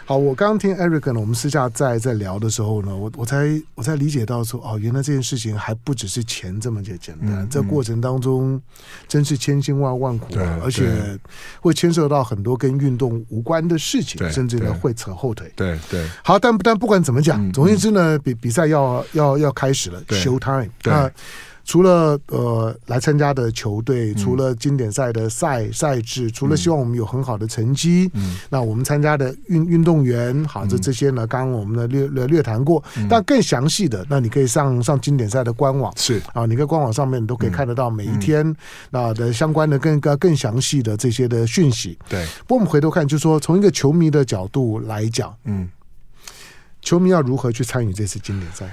Speaker 2: 好，我刚刚听 Eric 呢，我们私下在在聊的时候呢，我我才我才理解到说，哦，原来这件事情还不只是钱这么简简单，这过程当中真是千辛万万苦
Speaker 3: 嗯对
Speaker 2: 啊，而且
Speaker 3: 对
Speaker 2: 会牵涉到很多跟运动无关的事情，
Speaker 3: 对
Speaker 2: 甚至呢
Speaker 3: 对
Speaker 2: 会扯后腿。
Speaker 3: 对对
Speaker 2: 好，但但不管怎么讲，
Speaker 3: 嗯
Speaker 2: 总而言之呢，比比赛要要要开始了
Speaker 3: 对
Speaker 2: ，show time。
Speaker 3: 对
Speaker 2: 那除了呃来参加的球
Speaker 3: 嗯
Speaker 2: 队，除了经典赛的赛赛制，除了希望我们有很好的成绩，
Speaker 3: 嗯
Speaker 2: 那我们参加的运运动员，好，这这些呢，刚刚我们呢略略略谈过，
Speaker 3: 嗯
Speaker 2: 但更详细的，那你可以上上经典赛的官网。
Speaker 3: 是
Speaker 2: 啊，你在官网上面都可以
Speaker 3: 嗯
Speaker 2: 看得到每一天那的相关的更更更详细的这些的讯息。
Speaker 3: 对
Speaker 2: 不过我们回头看，就是说从一个球迷的角度来讲，
Speaker 3: 嗯。
Speaker 2: 球迷要如何去参与这次经典赛？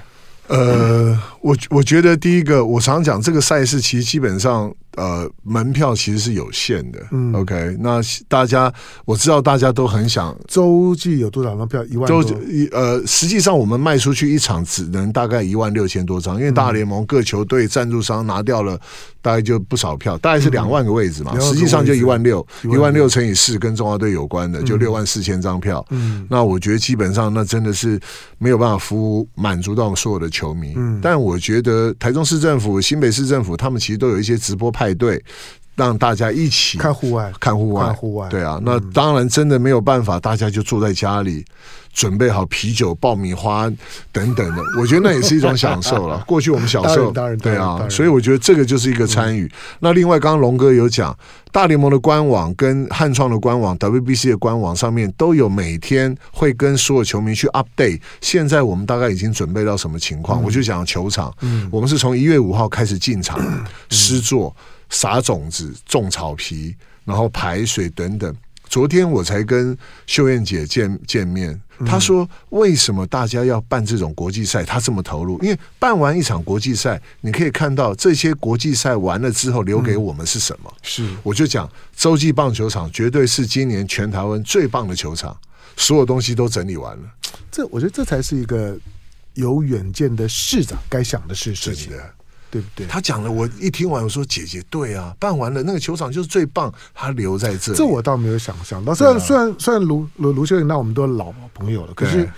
Speaker 3: 呃，我我觉得第一个，我常讲这个赛事其实基本上，呃，门票其实是有限的。
Speaker 2: 嗯
Speaker 3: OK，那大家我知道大家都很想
Speaker 2: 洲际有多少张票？一万
Speaker 3: 都
Speaker 2: 多。
Speaker 3: 一呃，实际上我们卖出去一场只能大概一万六千多张，因为
Speaker 2: 嗯
Speaker 3: 大联盟各球队赞助商拿掉了大概就不少票，大概是两万个位置嘛，
Speaker 2: 嗯
Speaker 3: 实际上就一万六，
Speaker 2: 16000
Speaker 3: 一万六乘以四跟中华队有关的就六万四千张票。
Speaker 2: 嗯
Speaker 3: 那我觉得基本上那真的是没有办法服务满足到所有的球迷。
Speaker 2: 嗯
Speaker 3: 但我觉得台中市政府、新北市政府他们其实都有一些直播派对，让大家一起
Speaker 2: 看户外，
Speaker 3: 看户外，
Speaker 2: 看户外嗯
Speaker 3: 对啊，那当然真的没有办法，大家就坐在家里，准备好啤酒、爆米花等等 的，我觉得那也是一种享受了。过去我们小时候，
Speaker 2: 当然当然当
Speaker 3: 对
Speaker 2: 然当
Speaker 3: 啊，
Speaker 2: 然嗯
Speaker 3: 所以我觉得这个就是一个参与。那另外，刚刚龙哥有讲，大联盟的官网跟汉创的官网、WBC 的官网上面都有每天会跟所有球迷去 update。现在我们大概已经准备到什么情
Speaker 2: 嗯
Speaker 3: 况？我就讲球场，我们是从一月五号开始进场，
Speaker 2: 嗯
Speaker 3: 施作、撒种子、种草皮，然后排水等等。昨天我才跟秀燕姐见见面，她说为什么大家要办这种国际赛？她这么投入，因为办完一场国际赛，你可以看到这些国际赛完了之后留给我们是什么。
Speaker 2: 是
Speaker 3: 我就讲洲际棒球场绝对是今年全台湾最棒的球场，所有东西都整理完了，
Speaker 2: 这，我觉得这才是一个有远见的市长该想的事
Speaker 3: 真
Speaker 2: 事情，
Speaker 3: 的。
Speaker 2: 对不对？
Speaker 3: 他讲了，我一听完我说姐姐对啊，办完了那个球场就是最棒，他留在这里。
Speaker 2: 这我倒没有想想到，虽然
Speaker 3: 对啊
Speaker 2: 虽然虽然卢卢卢秀燕，那我们都老朋友了，可是
Speaker 3: 对。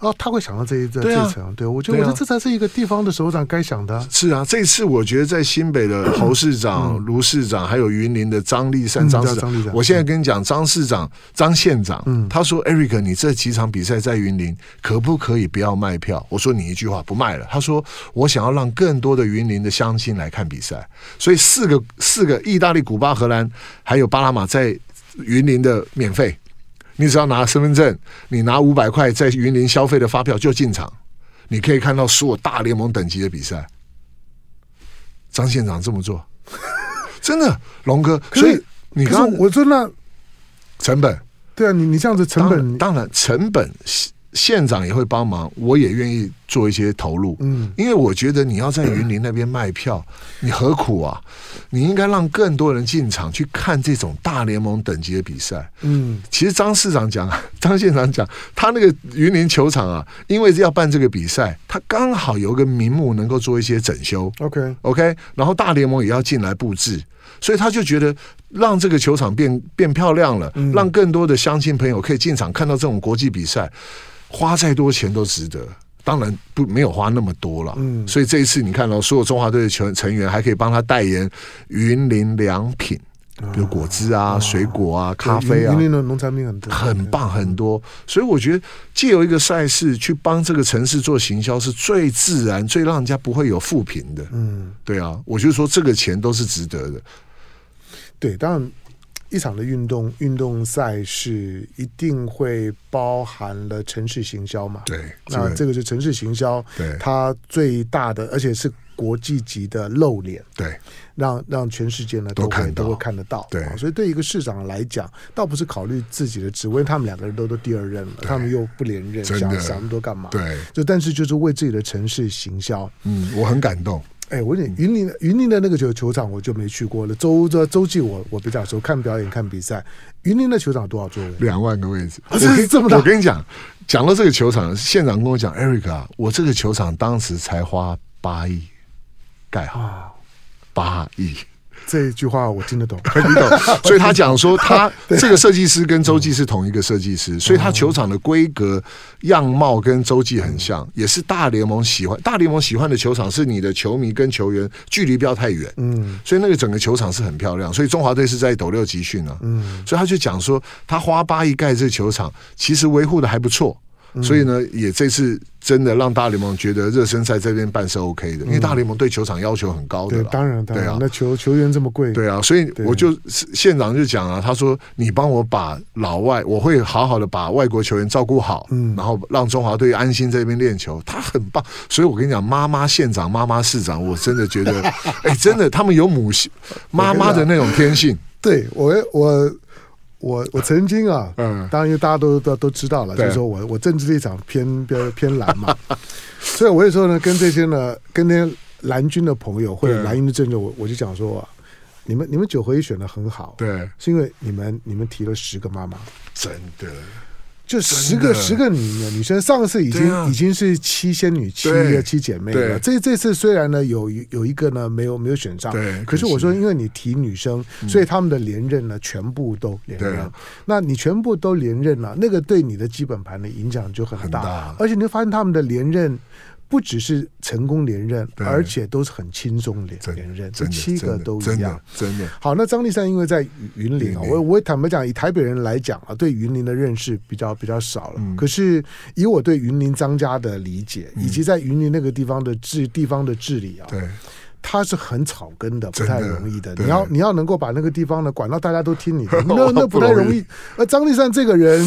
Speaker 2: 啊，他会想到这一这
Speaker 3: 对啊
Speaker 2: 这层，对我觉得，我
Speaker 3: 对啊
Speaker 2: 觉得这才是一个地方的首长该想的啊。
Speaker 3: 是啊，这次我觉得在新北的侯市长、卢市长，还有云林的张立善、
Speaker 2: 嗯
Speaker 3: 张市
Speaker 2: 张立善嗯
Speaker 3: 长，我现在跟你讲，张市长、张县长，他说：“Eric，你这几场比赛在云林，可不可以不要卖票？”我说：“你一句话不卖了。”他说：“我想要让更多的云林的乡亲来看比赛，所以四个四个意大利、古巴、荷兰还有巴拿马在云林的免费，你只要拿身份证，你拿五百块在云林消费的发票就进场。”你可以看到所有大联盟等级的比赛。张县长这么做， 真的，龙哥。
Speaker 2: 可是
Speaker 3: 所以你
Speaker 2: 可是
Speaker 3: 刚
Speaker 2: 我说那
Speaker 3: 成本，
Speaker 2: 对啊，你你这样子成
Speaker 3: 当然
Speaker 2: 本，
Speaker 3: 当然成本，县县长也会帮忙，我也愿意做一些投入。
Speaker 2: 嗯，
Speaker 3: 因为我觉得你要在云林那边卖 票，你何苦啊？你应该让更多人进场去看这种大联盟等级的比赛。
Speaker 2: 嗯
Speaker 3: 其实张市长讲啊， 张县长讲，他那个云林球场啊，因为要办这个比赛，他刚好有个名目能够做一些整修。
Speaker 2: ，OK，
Speaker 3: OK，然后大联盟也要进来布置，所以他就觉得让这个球场变变漂亮了，让更多的乡亲朋友可以进场看到这种国际比赛，花再多钱都值得。当然不没有花那么多了，
Speaker 2: 嗯
Speaker 3: 所以这一次你看到、所有中华队的球成员还可以帮他代言云林良品，比如果汁啊、水果啊、咖啡啊
Speaker 2: 因，为呢农产品很多，
Speaker 3: 很棒很多，所以我觉得借由一个赛事去帮这个城市做行销是最自然、最让人家不会有负评的。
Speaker 2: 嗯，
Speaker 3: 对啊，我就说这个钱都是值得的。
Speaker 2: 对，当然。一场的运动运动赛事一定会包含了城市行销嘛？
Speaker 3: 对，
Speaker 2: 那这个是城市行销，
Speaker 3: 对
Speaker 2: 它最大的，而且是国际级的露脸，
Speaker 3: 对
Speaker 2: 让让全世界呢
Speaker 3: 都
Speaker 2: 都
Speaker 3: 看
Speaker 2: 会
Speaker 3: 到
Speaker 2: 都会看得到。
Speaker 3: 对
Speaker 2: 啊所以对一个市长来讲，倒不是考虑自己的职位，他们两个人都都第二任了，他们又不连任，
Speaker 3: 真
Speaker 2: 想
Speaker 3: 的
Speaker 2: 想那么多干嘛？，
Speaker 3: 对，
Speaker 2: 就但是就是为自己的城市行销。
Speaker 3: 嗯，我很感动。
Speaker 2: 哎，我有点云林的云林的那个球球场我就没去过了，周周周记我我比较熟，看表演看比赛。云林的球场多少座位？
Speaker 3: 两万个位置，
Speaker 2: 啊真是 这么大
Speaker 3: 我跟你讲，讲到这个球场，县长跟我讲，Eric 啊，我这个球场当时才花八亿盖好，
Speaker 2: 啊，
Speaker 3: 八亿。
Speaker 2: 这一句话我听得懂。
Speaker 3: 你 懂？所以他讲说他， 这个设计师跟周记是同一个设计
Speaker 2: 嗯
Speaker 3: 师，所以他球场的规格、样貌跟周记很像，也是大联盟喜欢。大联盟喜欢的球场是你的球迷跟球员距离不要太远，
Speaker 2: 嗯
Speaker 3: 所以那个整个球场是很漂亮。所以中华队是在斗六集训啊，
Speaker 2: 嗯
Speaker 3: 所以他就讲说，他花八亿盖这个球场，其实维护的还不错。
Speaker 2: 嗯
Speaker 3: 所以呢，也这次真的让大联盟觉得热身赛这边办是 OK 的，因为大联盟对球场要求很高
Speaker 2: 嗯
Speaker 3: 的
Speaker 2: 对
Speaker 3: 啦，
Speaker 2: 当然当
Speaker 3: 对
Speaker 2: 然，
Speaker 3: 啊
Speaker 2: 那球球员这么贵，
Speaker 3: 对啊，所以
Speaker 2: 对
Speaker 3: 我就县长就讲啊，他说你帮我把老外，我会好好的把外国球员照顾好，
Speaker 2: 嗯
Speaker 3: 然后让中华队安心在这边练球，他很棒。所以我跟你讲，妈妈县长、妈妈市长，我真的觉得，哎，真的他们有母 性妈妈的那种天性，
Speaker 2: 对我我我我曾经啊，
Speaker 3: 嗯
Speaker 2: 当然因为大家都都都知道了，就
Speaker 3: 对
Speaker 2: 是说我我政治立场偏偏偏蓝嘛，所以我有时候呢跟这些呢跟那些蓝军的朋友或者
Speaker 3: 对
Speaker 2: 蓝军的政治，我我就讲说啊，你们你们九合一选的很好，，
Speaker 3: 对，
Speaker 2: 是因为你们你们提了十个妈妈。
Speaker 3: 真的，
Speaker 2: 就十
Speaker 3: 真
Speaker 2: 个
Speaker 3: 的
Speaker 2: 十个女女生，上次已
Speaker 3: 对
Speaker 2: 经、
Speaker 3: 啊
Speaker 2: 已经是七仙女七
Speaker 3: 对
Speaker 2: 个七姐妹了。
Speaker 3: 对
Speaker 2: 这这次虽然呢有有一个呢没有没有选上，
Speaker 3: 对
Speaker 2: 可是
Speaker 3: 可惜嗯
Speaker 2: 我说因为你提女生，所以他们的连任呢全部都连
Speaker 3: 对
Speaker 2: 任
Speaker 3: 啊。
Speaker 2: 那你全部都连任了，那个对你的基本盘的影响就很大，
Speaker 3: 很大
Speaker 2: 而且你会发现他们的连任。不只是成功连任，
Speaker 3: 对
Speaker 2: 而且都是很轻松连
Speaker 3: 真的
Speaker 2: 连任，这
Speaker 3: 真的，
Speaker 2: 七个
Speaker 3: 真的
Speaker 2: 都
Speaker 3: 真
Speaker 2: 一样
Speaker 3: 的。，真的，
Speaker 2: 好，那张立善因为在云林啊，
Speaker 3: 云林
Speaker 2: 我我坦白讲，以台北人来讲啊，对云林的认识比较比较少了。
Speaker 3: 嗯
Speaker 2: 可是以我对云林张家的理解，以及在云林那个地方的治地方的治理啊，
Speaker 3: 对，
Speaker 2: 它是很草根的，不
Speaker 3: 真的
Speaker 2: 太容易的。
Speaker 3: 对，
Speaker 2: 你要你要能够把那个地方呢管到大家都听你的 那那
Speaker 3: 不
Speaker 2: 不
Speaker 3: 容
Speaker 2: 太
Speaker 3: 易
Speaker 2: 容易。而张立善这个人。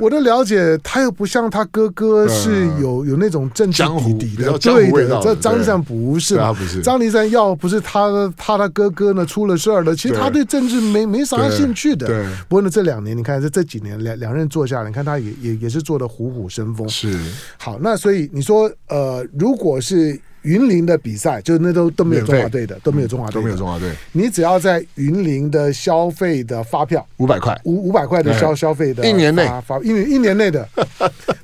Speaker 2: 我的了解，他又不像他哥哥是
Speaker 3: 嗯
Speaker 2: 有、有那种政治
Speaker 3: 江湖
Speaker 2: 底底
Speaker 3: 比较
Speaker 2: 的，
Speaker 3: 江湖
Speaker 2: 对
Speaker 3: 味道
Speaker 2: 的。这
Speaker 3: 的对
Speaker 2: 张立善不是
Speaker 3: 对
Speaker 2: 嘛
Speaker 3: 他？不是
Speaker 2: 张立善要不是他他他哥哥呢出了事儿了，其实他对政治没没啥兴趣的。
Speaker 3: 对
Speaker 2: 不过呢，这两年你看这这几年两两任做下来，你看他也也也是做的虎虎生风。
Speaker 3: 是
Speaker 2: 好，那所以你说，呃，如果是云林的比赛，就那都都没有中华队的，都没有中华队
Speaker 3: 嗯都
Speaker 2: 的，
Speaker 3: 没有中华队
Speaker 2: 你只要在云林的消费的发票
Speaker 3: 五百块，
Speaker 2: 五五百块的消
Speaker 3: 哎
Speaker 2: 消费的发，
Speaker 3: 一年内
Speaker 2: 发一年一年内的，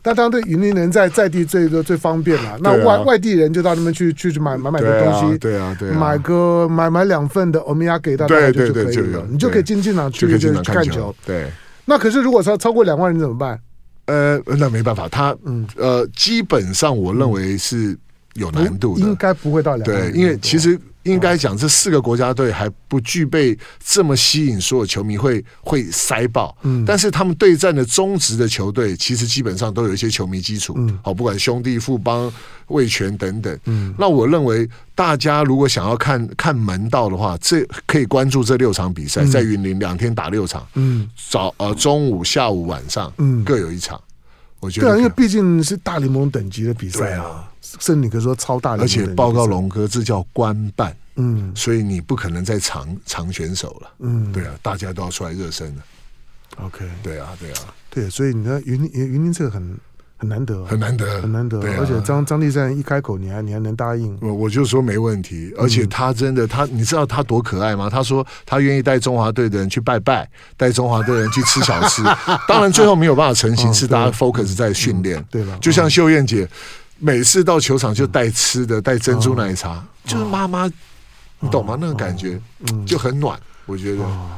Speaker 2: 那当然对云林人在在地最多最方便了。那
Speaker 3: 对啊
Speaker 2: 外外地人就到那边去去去买买买个
Speaker 3: 对
Speaker 2: 东
Speaker 3: 啊
Speaker 2: 西，，
Speaker 3: 对啊，对啊，
Speaker 2: 买个买买两份的欧米亚给大家
Speaker 3: 对
Speaker 2: 就
Speaker 3: 对
Speaker 2: 就可
Speaker 3: 对
Speaker 2: 以
Speaker 3: 就有
Speaker 2: 了，你就可以
Speaker 3: 对
Speaker 2: 进进场
Speaker 3: 就
Speaker 2: 去
Speaker 3: 可以
Speaker 2: 就
Speaker 3: 进场
Speaker 2: 看
Speaker 3: 看
Speaker 2: 球
Speaker 3: 球。，对。
Speaker 2: 那可是如果超超过两万人怎么办？
Speaker 3: 呃，那没办法，他
Speaker 2: 嗯
Speaker 3: 呃，基本上我认为是有
Speaker 2: 不
Speaker 3: 难度
Speaker 2: 应
Speaker 3: 的，
Speaker 2: 该不会到两万
Speaker 3: 对，
Speaker 2: 人。
Speaker 3: 因为其实应该讲这四个国家队还不具备这么吸引所有球迷会会塞爆，
Speaker 2: 嗯
Speaker 3: 但是他们对战的中职的球队其实基本上都有一些球迷基础，
Speaker 2: 嗯
Speaker 3: 好，不管兄弟、富邦、味全等等，
Speaker 2: 嗯
Speaker 3: 那我认为大家如果想要看看门道的话，这可以关注这六场比赛，在云林两天打六场，
Speaker 2: 嗯
Speaker 3: 早呃中午、下午、晚上，
Speaker 2: 嗯
Speaker 3: 各有一场。我觉
Speaker 2: 对啊，
Speaker 3: 得
Speaker 2: 因为
Speaker 3: 可以。
Speaker 2: 毕竟是大联盟等级的比赛
Speaker 3: 对啊，
Speaker 2: 甚至你可以说超大联盟等
Speaker 3: 而
Speaker 2: 级的比
Speaker 3: 且
Speaker 2: 赛，
Speaker 3: 报告龙哥，这叫官办，
Speaker 2: 嗯，
Speaker 3: 所以你不可能再藏藏选手了。
Speaker 2: 嗯
Speaker 3: 对啊，大家都要出来热身了。
Speaker 2: ，OK，
Speaker 3: 对啊，对啊，
Speaker 2: 对，所以你看云林云林这个很很难得哦，
Speaker 3: 很难得，
Speaker 2: 很难得哦，
Speaker 3: 对啊
Speaker 2: 而且张张立善一开口，你还你还能答应，
Speaker 3: 我我就说没问题，而
Speaker 2: 嗯
Speaker 3: 且他真的，他你知道他多可爱吗？他说他愿意带中华队的人去拜拜，带中华队的人去吃小 吃。当然最后没有办法成型，
Speaker 2: 嗯
Speaker 3: 是大家 focus 在训练。
Speaker 2: 对了嗯
Speaker 3: 就像秀燕姐每次到球场就带吃的，带珍珠奶茶，就是妈妈，你懂吗？那个感觉
Speaker 2: 嗯嗯
Speaker 3: 就很暖，我觉得
Speaker 2: 哦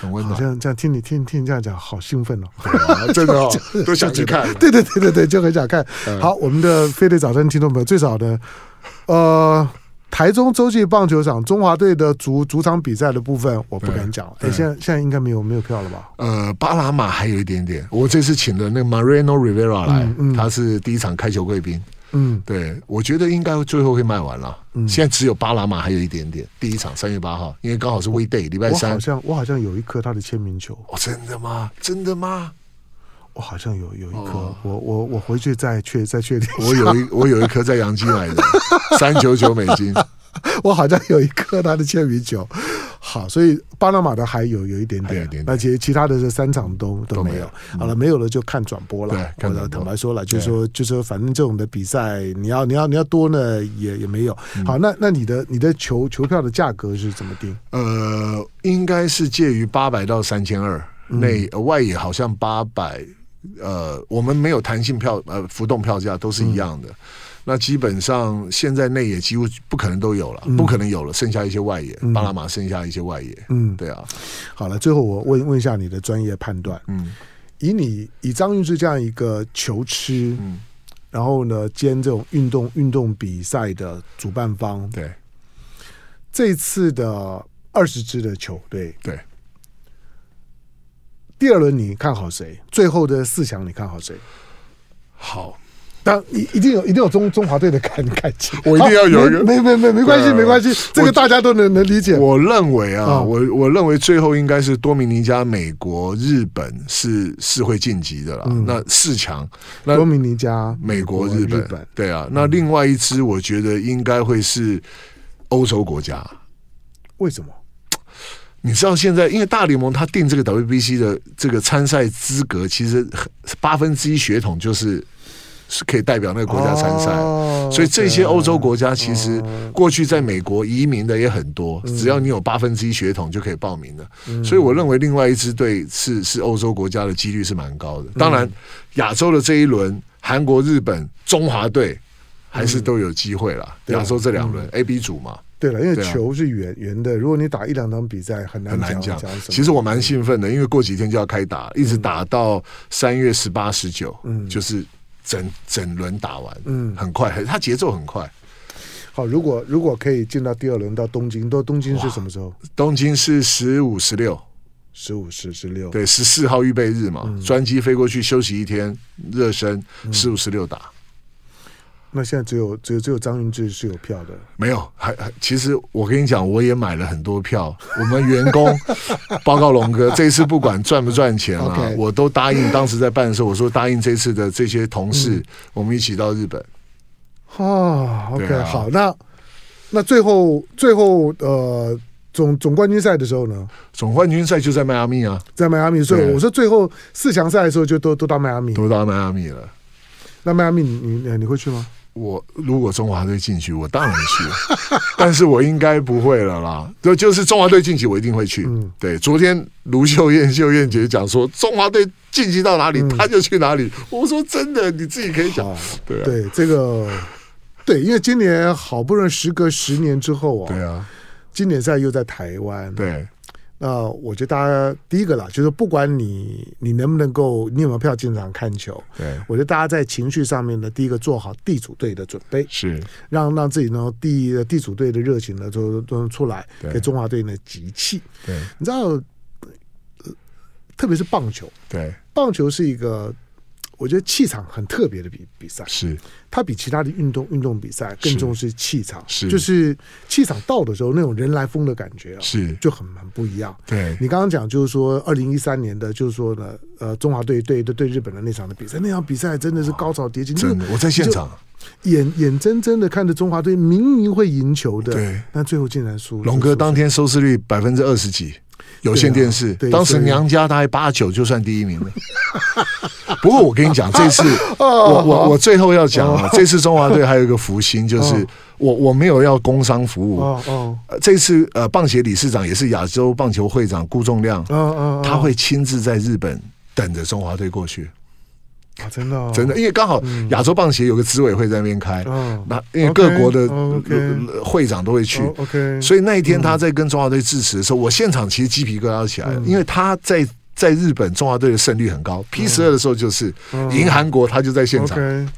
Speaker 3: 很温
Speaker 2: 好
Speaker 3: 暖。
Speaker 2: 像这样听你听听你这样讲，好兴奋哦。
Speaker 3: 啊 真的哦， 都想 去看了。嗯
Speaker 2: 对对对对对，就很想看。好，我们的飞队早餐听众朋友，最早的，呃，台中洲际棒球场中华队的主主场比赛的部分，我不敢讲。哎，
Speaker 3: 对
Speaker 2: 现在现在应该没有没有票了吧？
Speaker 3: 呃，巴拿马还有一点点。我这次请了那个 Mariano Rivera 来，
Speaker 2: 嗯嗯
Speaker 3: 他是第一场开球贵宾。
Speaker 2: 嗯，
Speaker 3: 对，我觉得应该最后会卖完了。现在只有巴拿马还有一点点，第一场三月八号，因为刚好是 weekday 礼拜
Speaker 2: 我
Speaker 3: 三
Speaker 2: 好。像我好像有一颗他的签名球，
Speaker 3: 哦，真的吗？真的吗？
Speaker 2: 我好像有有一颗，
Speaker 3: 哦
Speaker 2: 我我我回去再确再确定 一下。
Speaker 3: 我有一我有一颗在杨基买的，三九九美金。
Speaker 2: 我好像有一颗他的铅笔球。好，所以巴拿马的还有有一点
Speaker 3: 还有一
Speaker 2: 点
Speaker 3: 点，点
Speaker 2: 那其实其他的这三场都都
Speaker 3: 都没
Speaker 2: 没有
Speaker 3: 有。嗯
Speaker 2: 好了，没有了就看转播
Speaker 3: 对
Speaker 2: 了。
Speaker 3: 看
Speaker 2: 我
Speaker 3: 转播
Speaker 2: 坦白说了，就是说就是说，反正这种的比赛，你要你要你要多呢也也没有。
Speaker 3: 嗯
Speaker 2: 好，那那你的你的球球票的价格是怎么定？
Speaker 3: 呃，应该是介于八百到三千二，内呃外野好像八百。呃，我们没有弹性票，呃，浮动票价都是一样的。那基本上现在内野几乎不可能都有了，不可能有了，剩下一些外野，巴拿马剩下一些外野。
Speaker 2: 嗯，
Speaker 3: 对啊，
Speaker 2: 好了，最后我问问一下你的专业判断。
Speaker 3: 嗯。
Speaker 2: 以你以张运志这样一个球痴，
Speaker 3: 嗯
Speaker 2: 然后呢兼这种运动运动比赛的主办方，
Speaker 3: 对
Speaker 2: 这次的二十支的球队，
Speaker 3: 对，
Speaker 2: 第二轮你看好谁？最后的四强你看好谁？
Speaker 3: 好，
Speaker 2: 当一一定有一定有中中华队的感感情，
Speaker 3: 我一定要有一个
Speaker 2: 好没没没没关系
Speaker 3: 对
Speaker 2: 没关系，这个
Speaker 3: 我
Speaker 2: 大家都能能理解。
Speaker 3: 我认为啊，
Speaker 2: 啊
Speaker 3: 我我认为最后应该是多米尼加、美国、日本是是会晋级的啦。那四强，那
Speaker 2: 多米尼加、
Speaker 3: 美国、日本，
Speaker 2: 日本，
Speaker 3: 对啊。那另外一支，我觉得应该会是欧洲国家。
Speaker 2: 为什么？
Speaker 3: 你知道现在，因为大联盟它定这个 WBC 的这个参赛资格，其实很八分之一血统就是是可以代表那个国家参赛。
Speaker 2: 哦啊
Speaker 3: 所以这些欧洲国家其实过去在美国移民的也很多，
Speaker 2: 嗯
Speaker 3: 只要你有八分之一血统就可以报名了。所以我认为另外一支队是是欧洲国家的几率是蛮高的。
Speaker 2: 嗯
Speaker 3: 当然，亚洲的这一轮，韩国、日本、中华队还是都有机会啦。
Speaker 2: 嗯对啊
Speaker 3: 亚洲这两轮 A、B 组嘛，
Speaker 2: 对了，因为
Speaker 3: 对啊
Speaker 2: 球是圆圆的，如果你打一两场比赛，很难
Speaker 3: 很难
Speaker 2: 讲
Speaker 3: 讲
Speaker 2: 讲什么。。嗯
Speaker 3: 其实我蛮兴奋的，因为过几天就要开打，一直打到三月十八、十九，就是整整轮打完，
Speaker 2: 嗯
Speaker 3: 很快，很它节奏很快。
Speaker 2: 好，如果如果可以进到第二轮到东京，都东京是什么时候？
Speaker 3: 东京是十五、十六，
Speaker 2: 十五、十十六。
Speaker 3: 对，十四号预备日嘛，
Speaker 2: 嗯
Speaker 3: 专机飞过去休息一天，热身，十五、十六打。
Speaker 2: 那现在只有只有只有张云志是有票的。
Speaker 3: 没有，还还其实我跟你讲，我也买了很多票。我们员 工报告龙哥，这一次不管赚不赚钱啊
Speaker 2: OK
Speaker 3: 我都答应。当时在办的时候，我说答应这次的这些同事，
Speaker 2: 嗯
Speaker 3: 我们一起到日本。
Speaker 2: 哦，OK，、
Speaker 3: 对啊
Speaker 2: 好，那那最后最后呃总总冠军赛的时候呢，
Speaker 3: 总冠军赛就在迈阿密啊，
Speaker 2: 在迈阿密，所以
Speaker 3: 对
Speaker 2: 我说最后四强赛的时候就都都到迈阿密。
Speaker 3: 都到迈阿密了。
Speaker 2: 那迈阿密你你呃你会去吗？
Speaker 3: 我如果中华队进去，我当然去， 但是我应该不会了啦。就就是中华队晋级，我一定会去。
Speaker 2: 嗯
Speaker 3: 对，昨天卢秀燕秀燕姐讲说，中华队晋级到哪里，她就去哪里。我说真的，你自己可以讲
Speaker 2: 好。
Speaker 3: 嗯对啊，
Speaker 2: 对，这个对，因为今年好不容易时隔十年之后
Speaker 3: 对
Speaker 2: 哦，
Speaker 3: 啊，
Speaker 2: 经典赛又在台湾。
Speaker 3: 对，
Speaker 2: 那我觉得大家第一个啦，就是不管你你能不能够，你有没有票进场看球，
Speaker 3: 对，
Speaker 2: 我觉得大家在情绪上面呢，第一个做好地主队的准备。
Speaker 3: 是，
Speaker 2: 让让自己呢地地主队的热情呢都都出来，
Speaker 3: 对
Speaker 2: 给中华队呢集气。
Speaker 3: 对，
Speaker 2: 你知道，呃特别是棒球，
Speaker 3: 对，
Speaker 2: 棒球是一个，我觉得气场很特别的比比赛，
Speaker 3: 是
Speaker 2: 它比其他的运动运动比赛更
Speaker 3: 是
Speaker 2: 重视气场，
Speaker 3: 是
Speaker 2: 就是气场到的时候那种人来疯的感觉啊，
Speaker 3: 是
Speaker 2: 就很很不一样。
Speaker 3: 对
Speaker 2: 你刚刚讲就是说，二零一三年的，就是说呢，呃，中华队对对对日本的那场的比赛，那场比赛真的是高潮迭起，
Speaker 3: 真的，我在现，场，
Speaker 2: 眼眼睁睁的看着中华队明明会赢球的，
Speaker 3: 对
Speaker 2: 但最后竟然输。
Speaker 3: 龙哥当天收视率百分之二十几，有线电视，
Speaker 2: 对啊对
Speaker 3: 当时
Speaker 2: 所以
Speaker 3: 娘家大概八九就算第一名 了。不过我跟你讲，这次
Speaker 2: 哦
Speaker 3: 我我我最后要讲啊，这次中华队还有一个福星，就是
Speaker 2: 哦
Speaker 3: 我我没有要工商服务。
Speaker 2: 哦哦
Speaker 3: 呃这次呃，棒协理事长也是亚洲棒球会长顾仲亮，
Speaker 2: 哦哦，
Speaker 3: 他会亲自在日本等着中华队过去。
Speaker 2: 啊，真的哦
Speaker 3: 真的，因为刚好亚洲棒协有个执委会在那边开
Speaker 2: 哦，
Speaker 3: 那因为各国的
Speaker 2: OK，OK
Speaker 3: 呃会长都会去
Speaker 2: 哦，OK
Speaker 3: 所以那一天
Speaker 2: 嗯
Speaker 3: 他在跟中华队致辞的时候，我现场其实鸡皮疙瘩起来了，因为他在在日本中华队的胜率很高，P 十二的时候就是赢韩国，他就在现场。
Speaker 2: 嗯 OK，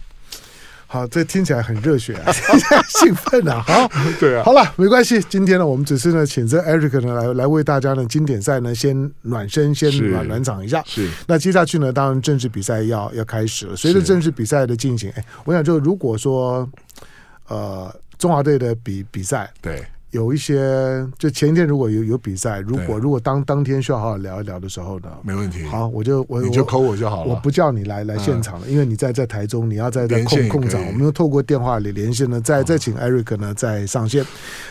Speaker 2: 好，这听起来很热血啊， 兴奋啊！好，
Speaker 3: 对啊
Speaker 2: 好了，没关系。今天呢，我们只是呢，请这 Eric 呢来来为大家呢经典赛呢先暖身，先
Speaker 3: 是
Speaker 2: 暖暖场一下。
Speaker 3: 是
Speaker 2: 那接下去呢，当然正式比赛要要开始了。随着
Speaker 3: 是
Speaker 2: 正式比赛的进行，哎，我想就如果说，呃，中华队的比比赛
Speaker 3: 对，
Speaker 2: 有一些，就前一天如果有有比赛，如
Speaker 3: 对
Speaker 2: 果如果当当天需要好好聊一聊的时候呢，
Speaker 3: 没问题。
Speaker 2: 好，我就我
Speaker 3: 你就
Speaker 2: 我
Speaker 3: 扣我就好了。嗯
Speaker 2: 我不叫你来来现场了，因为你在在台中，你要在在
Speaker 3: 连线
Speaker 2: 控
Speaker 3: 也可以
Speaker 2: 控
Speaker 3: 嗯
Speaker 2: 场，我们就透过电话里连线呢，再再请 Eric 呢再上线。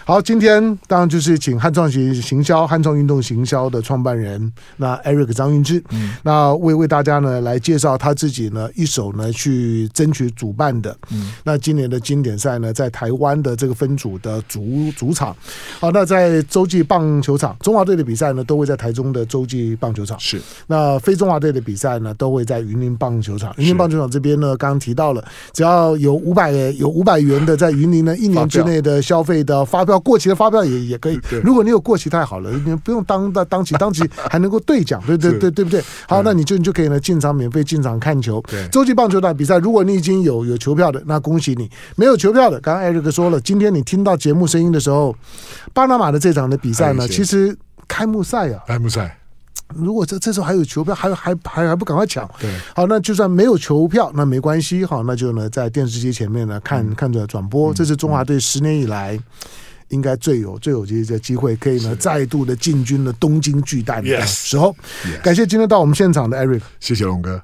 Speaker 2: 好，今天当然就是请汉创行行销、汉创运动行销的创办人那 Eric 张运之，
Speaker 3: 嗯
Speaker 2: 那为为大家呢来介绍他自己呢一手呢去争取主办的，
Speaker 3: 嗯
Speaker 2: 那今年的经典赛呢在台湾的这个分组的主主场，好，那在洲际棒球场，中华队的比赛呢都会在台中的洲际棒球场。
Speaker 3: 是
Speaker 2: 那非中华队的比赛呢，都会在云林棒球场。云林棒球场这边呢，刚刚提到了，只要有五百有五百元的在云林呢一年之内的消费的发票，过期的发票也也可以
Speaker 3: 对。
Speaker 2: 如果你有过期太好了，你不用当当当期，当期还能够兑奖，对对
Speaker 3: 是
Speaker 2: 对对不对？好，那你就你就可以呢进场免费进场看球
Speaker 3: 对。
Speaker 2: 洲际棒球场比赛，如果你已经有有球票的，那恭喜你；没有球票的，刚刚艾瑞克说了，今天你听到节目声音的时候，巴拿马的这场的比赛
Speaker 3: 还有
Speaker 2: 呢，
Speaker 3: 一些
Speaker 2: 其实开幕赛啊。
Speaker 3: 莱姆赛，
Speaker 2: 如果这这时候还有球票，还还还还不赶快抢？
Speaker 3: 对
Speaker 2: 好，那就算没有球票，那没关系，好，那就呢在电视机前面呢看看着转播，这是中华队十年以来。应该最有最有这些机会，可以呢再度的进军了东京巨蛋的
Speaker 3: Yes
Speaker 2: 时候。感谢今天到我们现场的 Eric，
Speaker 3: 谢谢龙哥。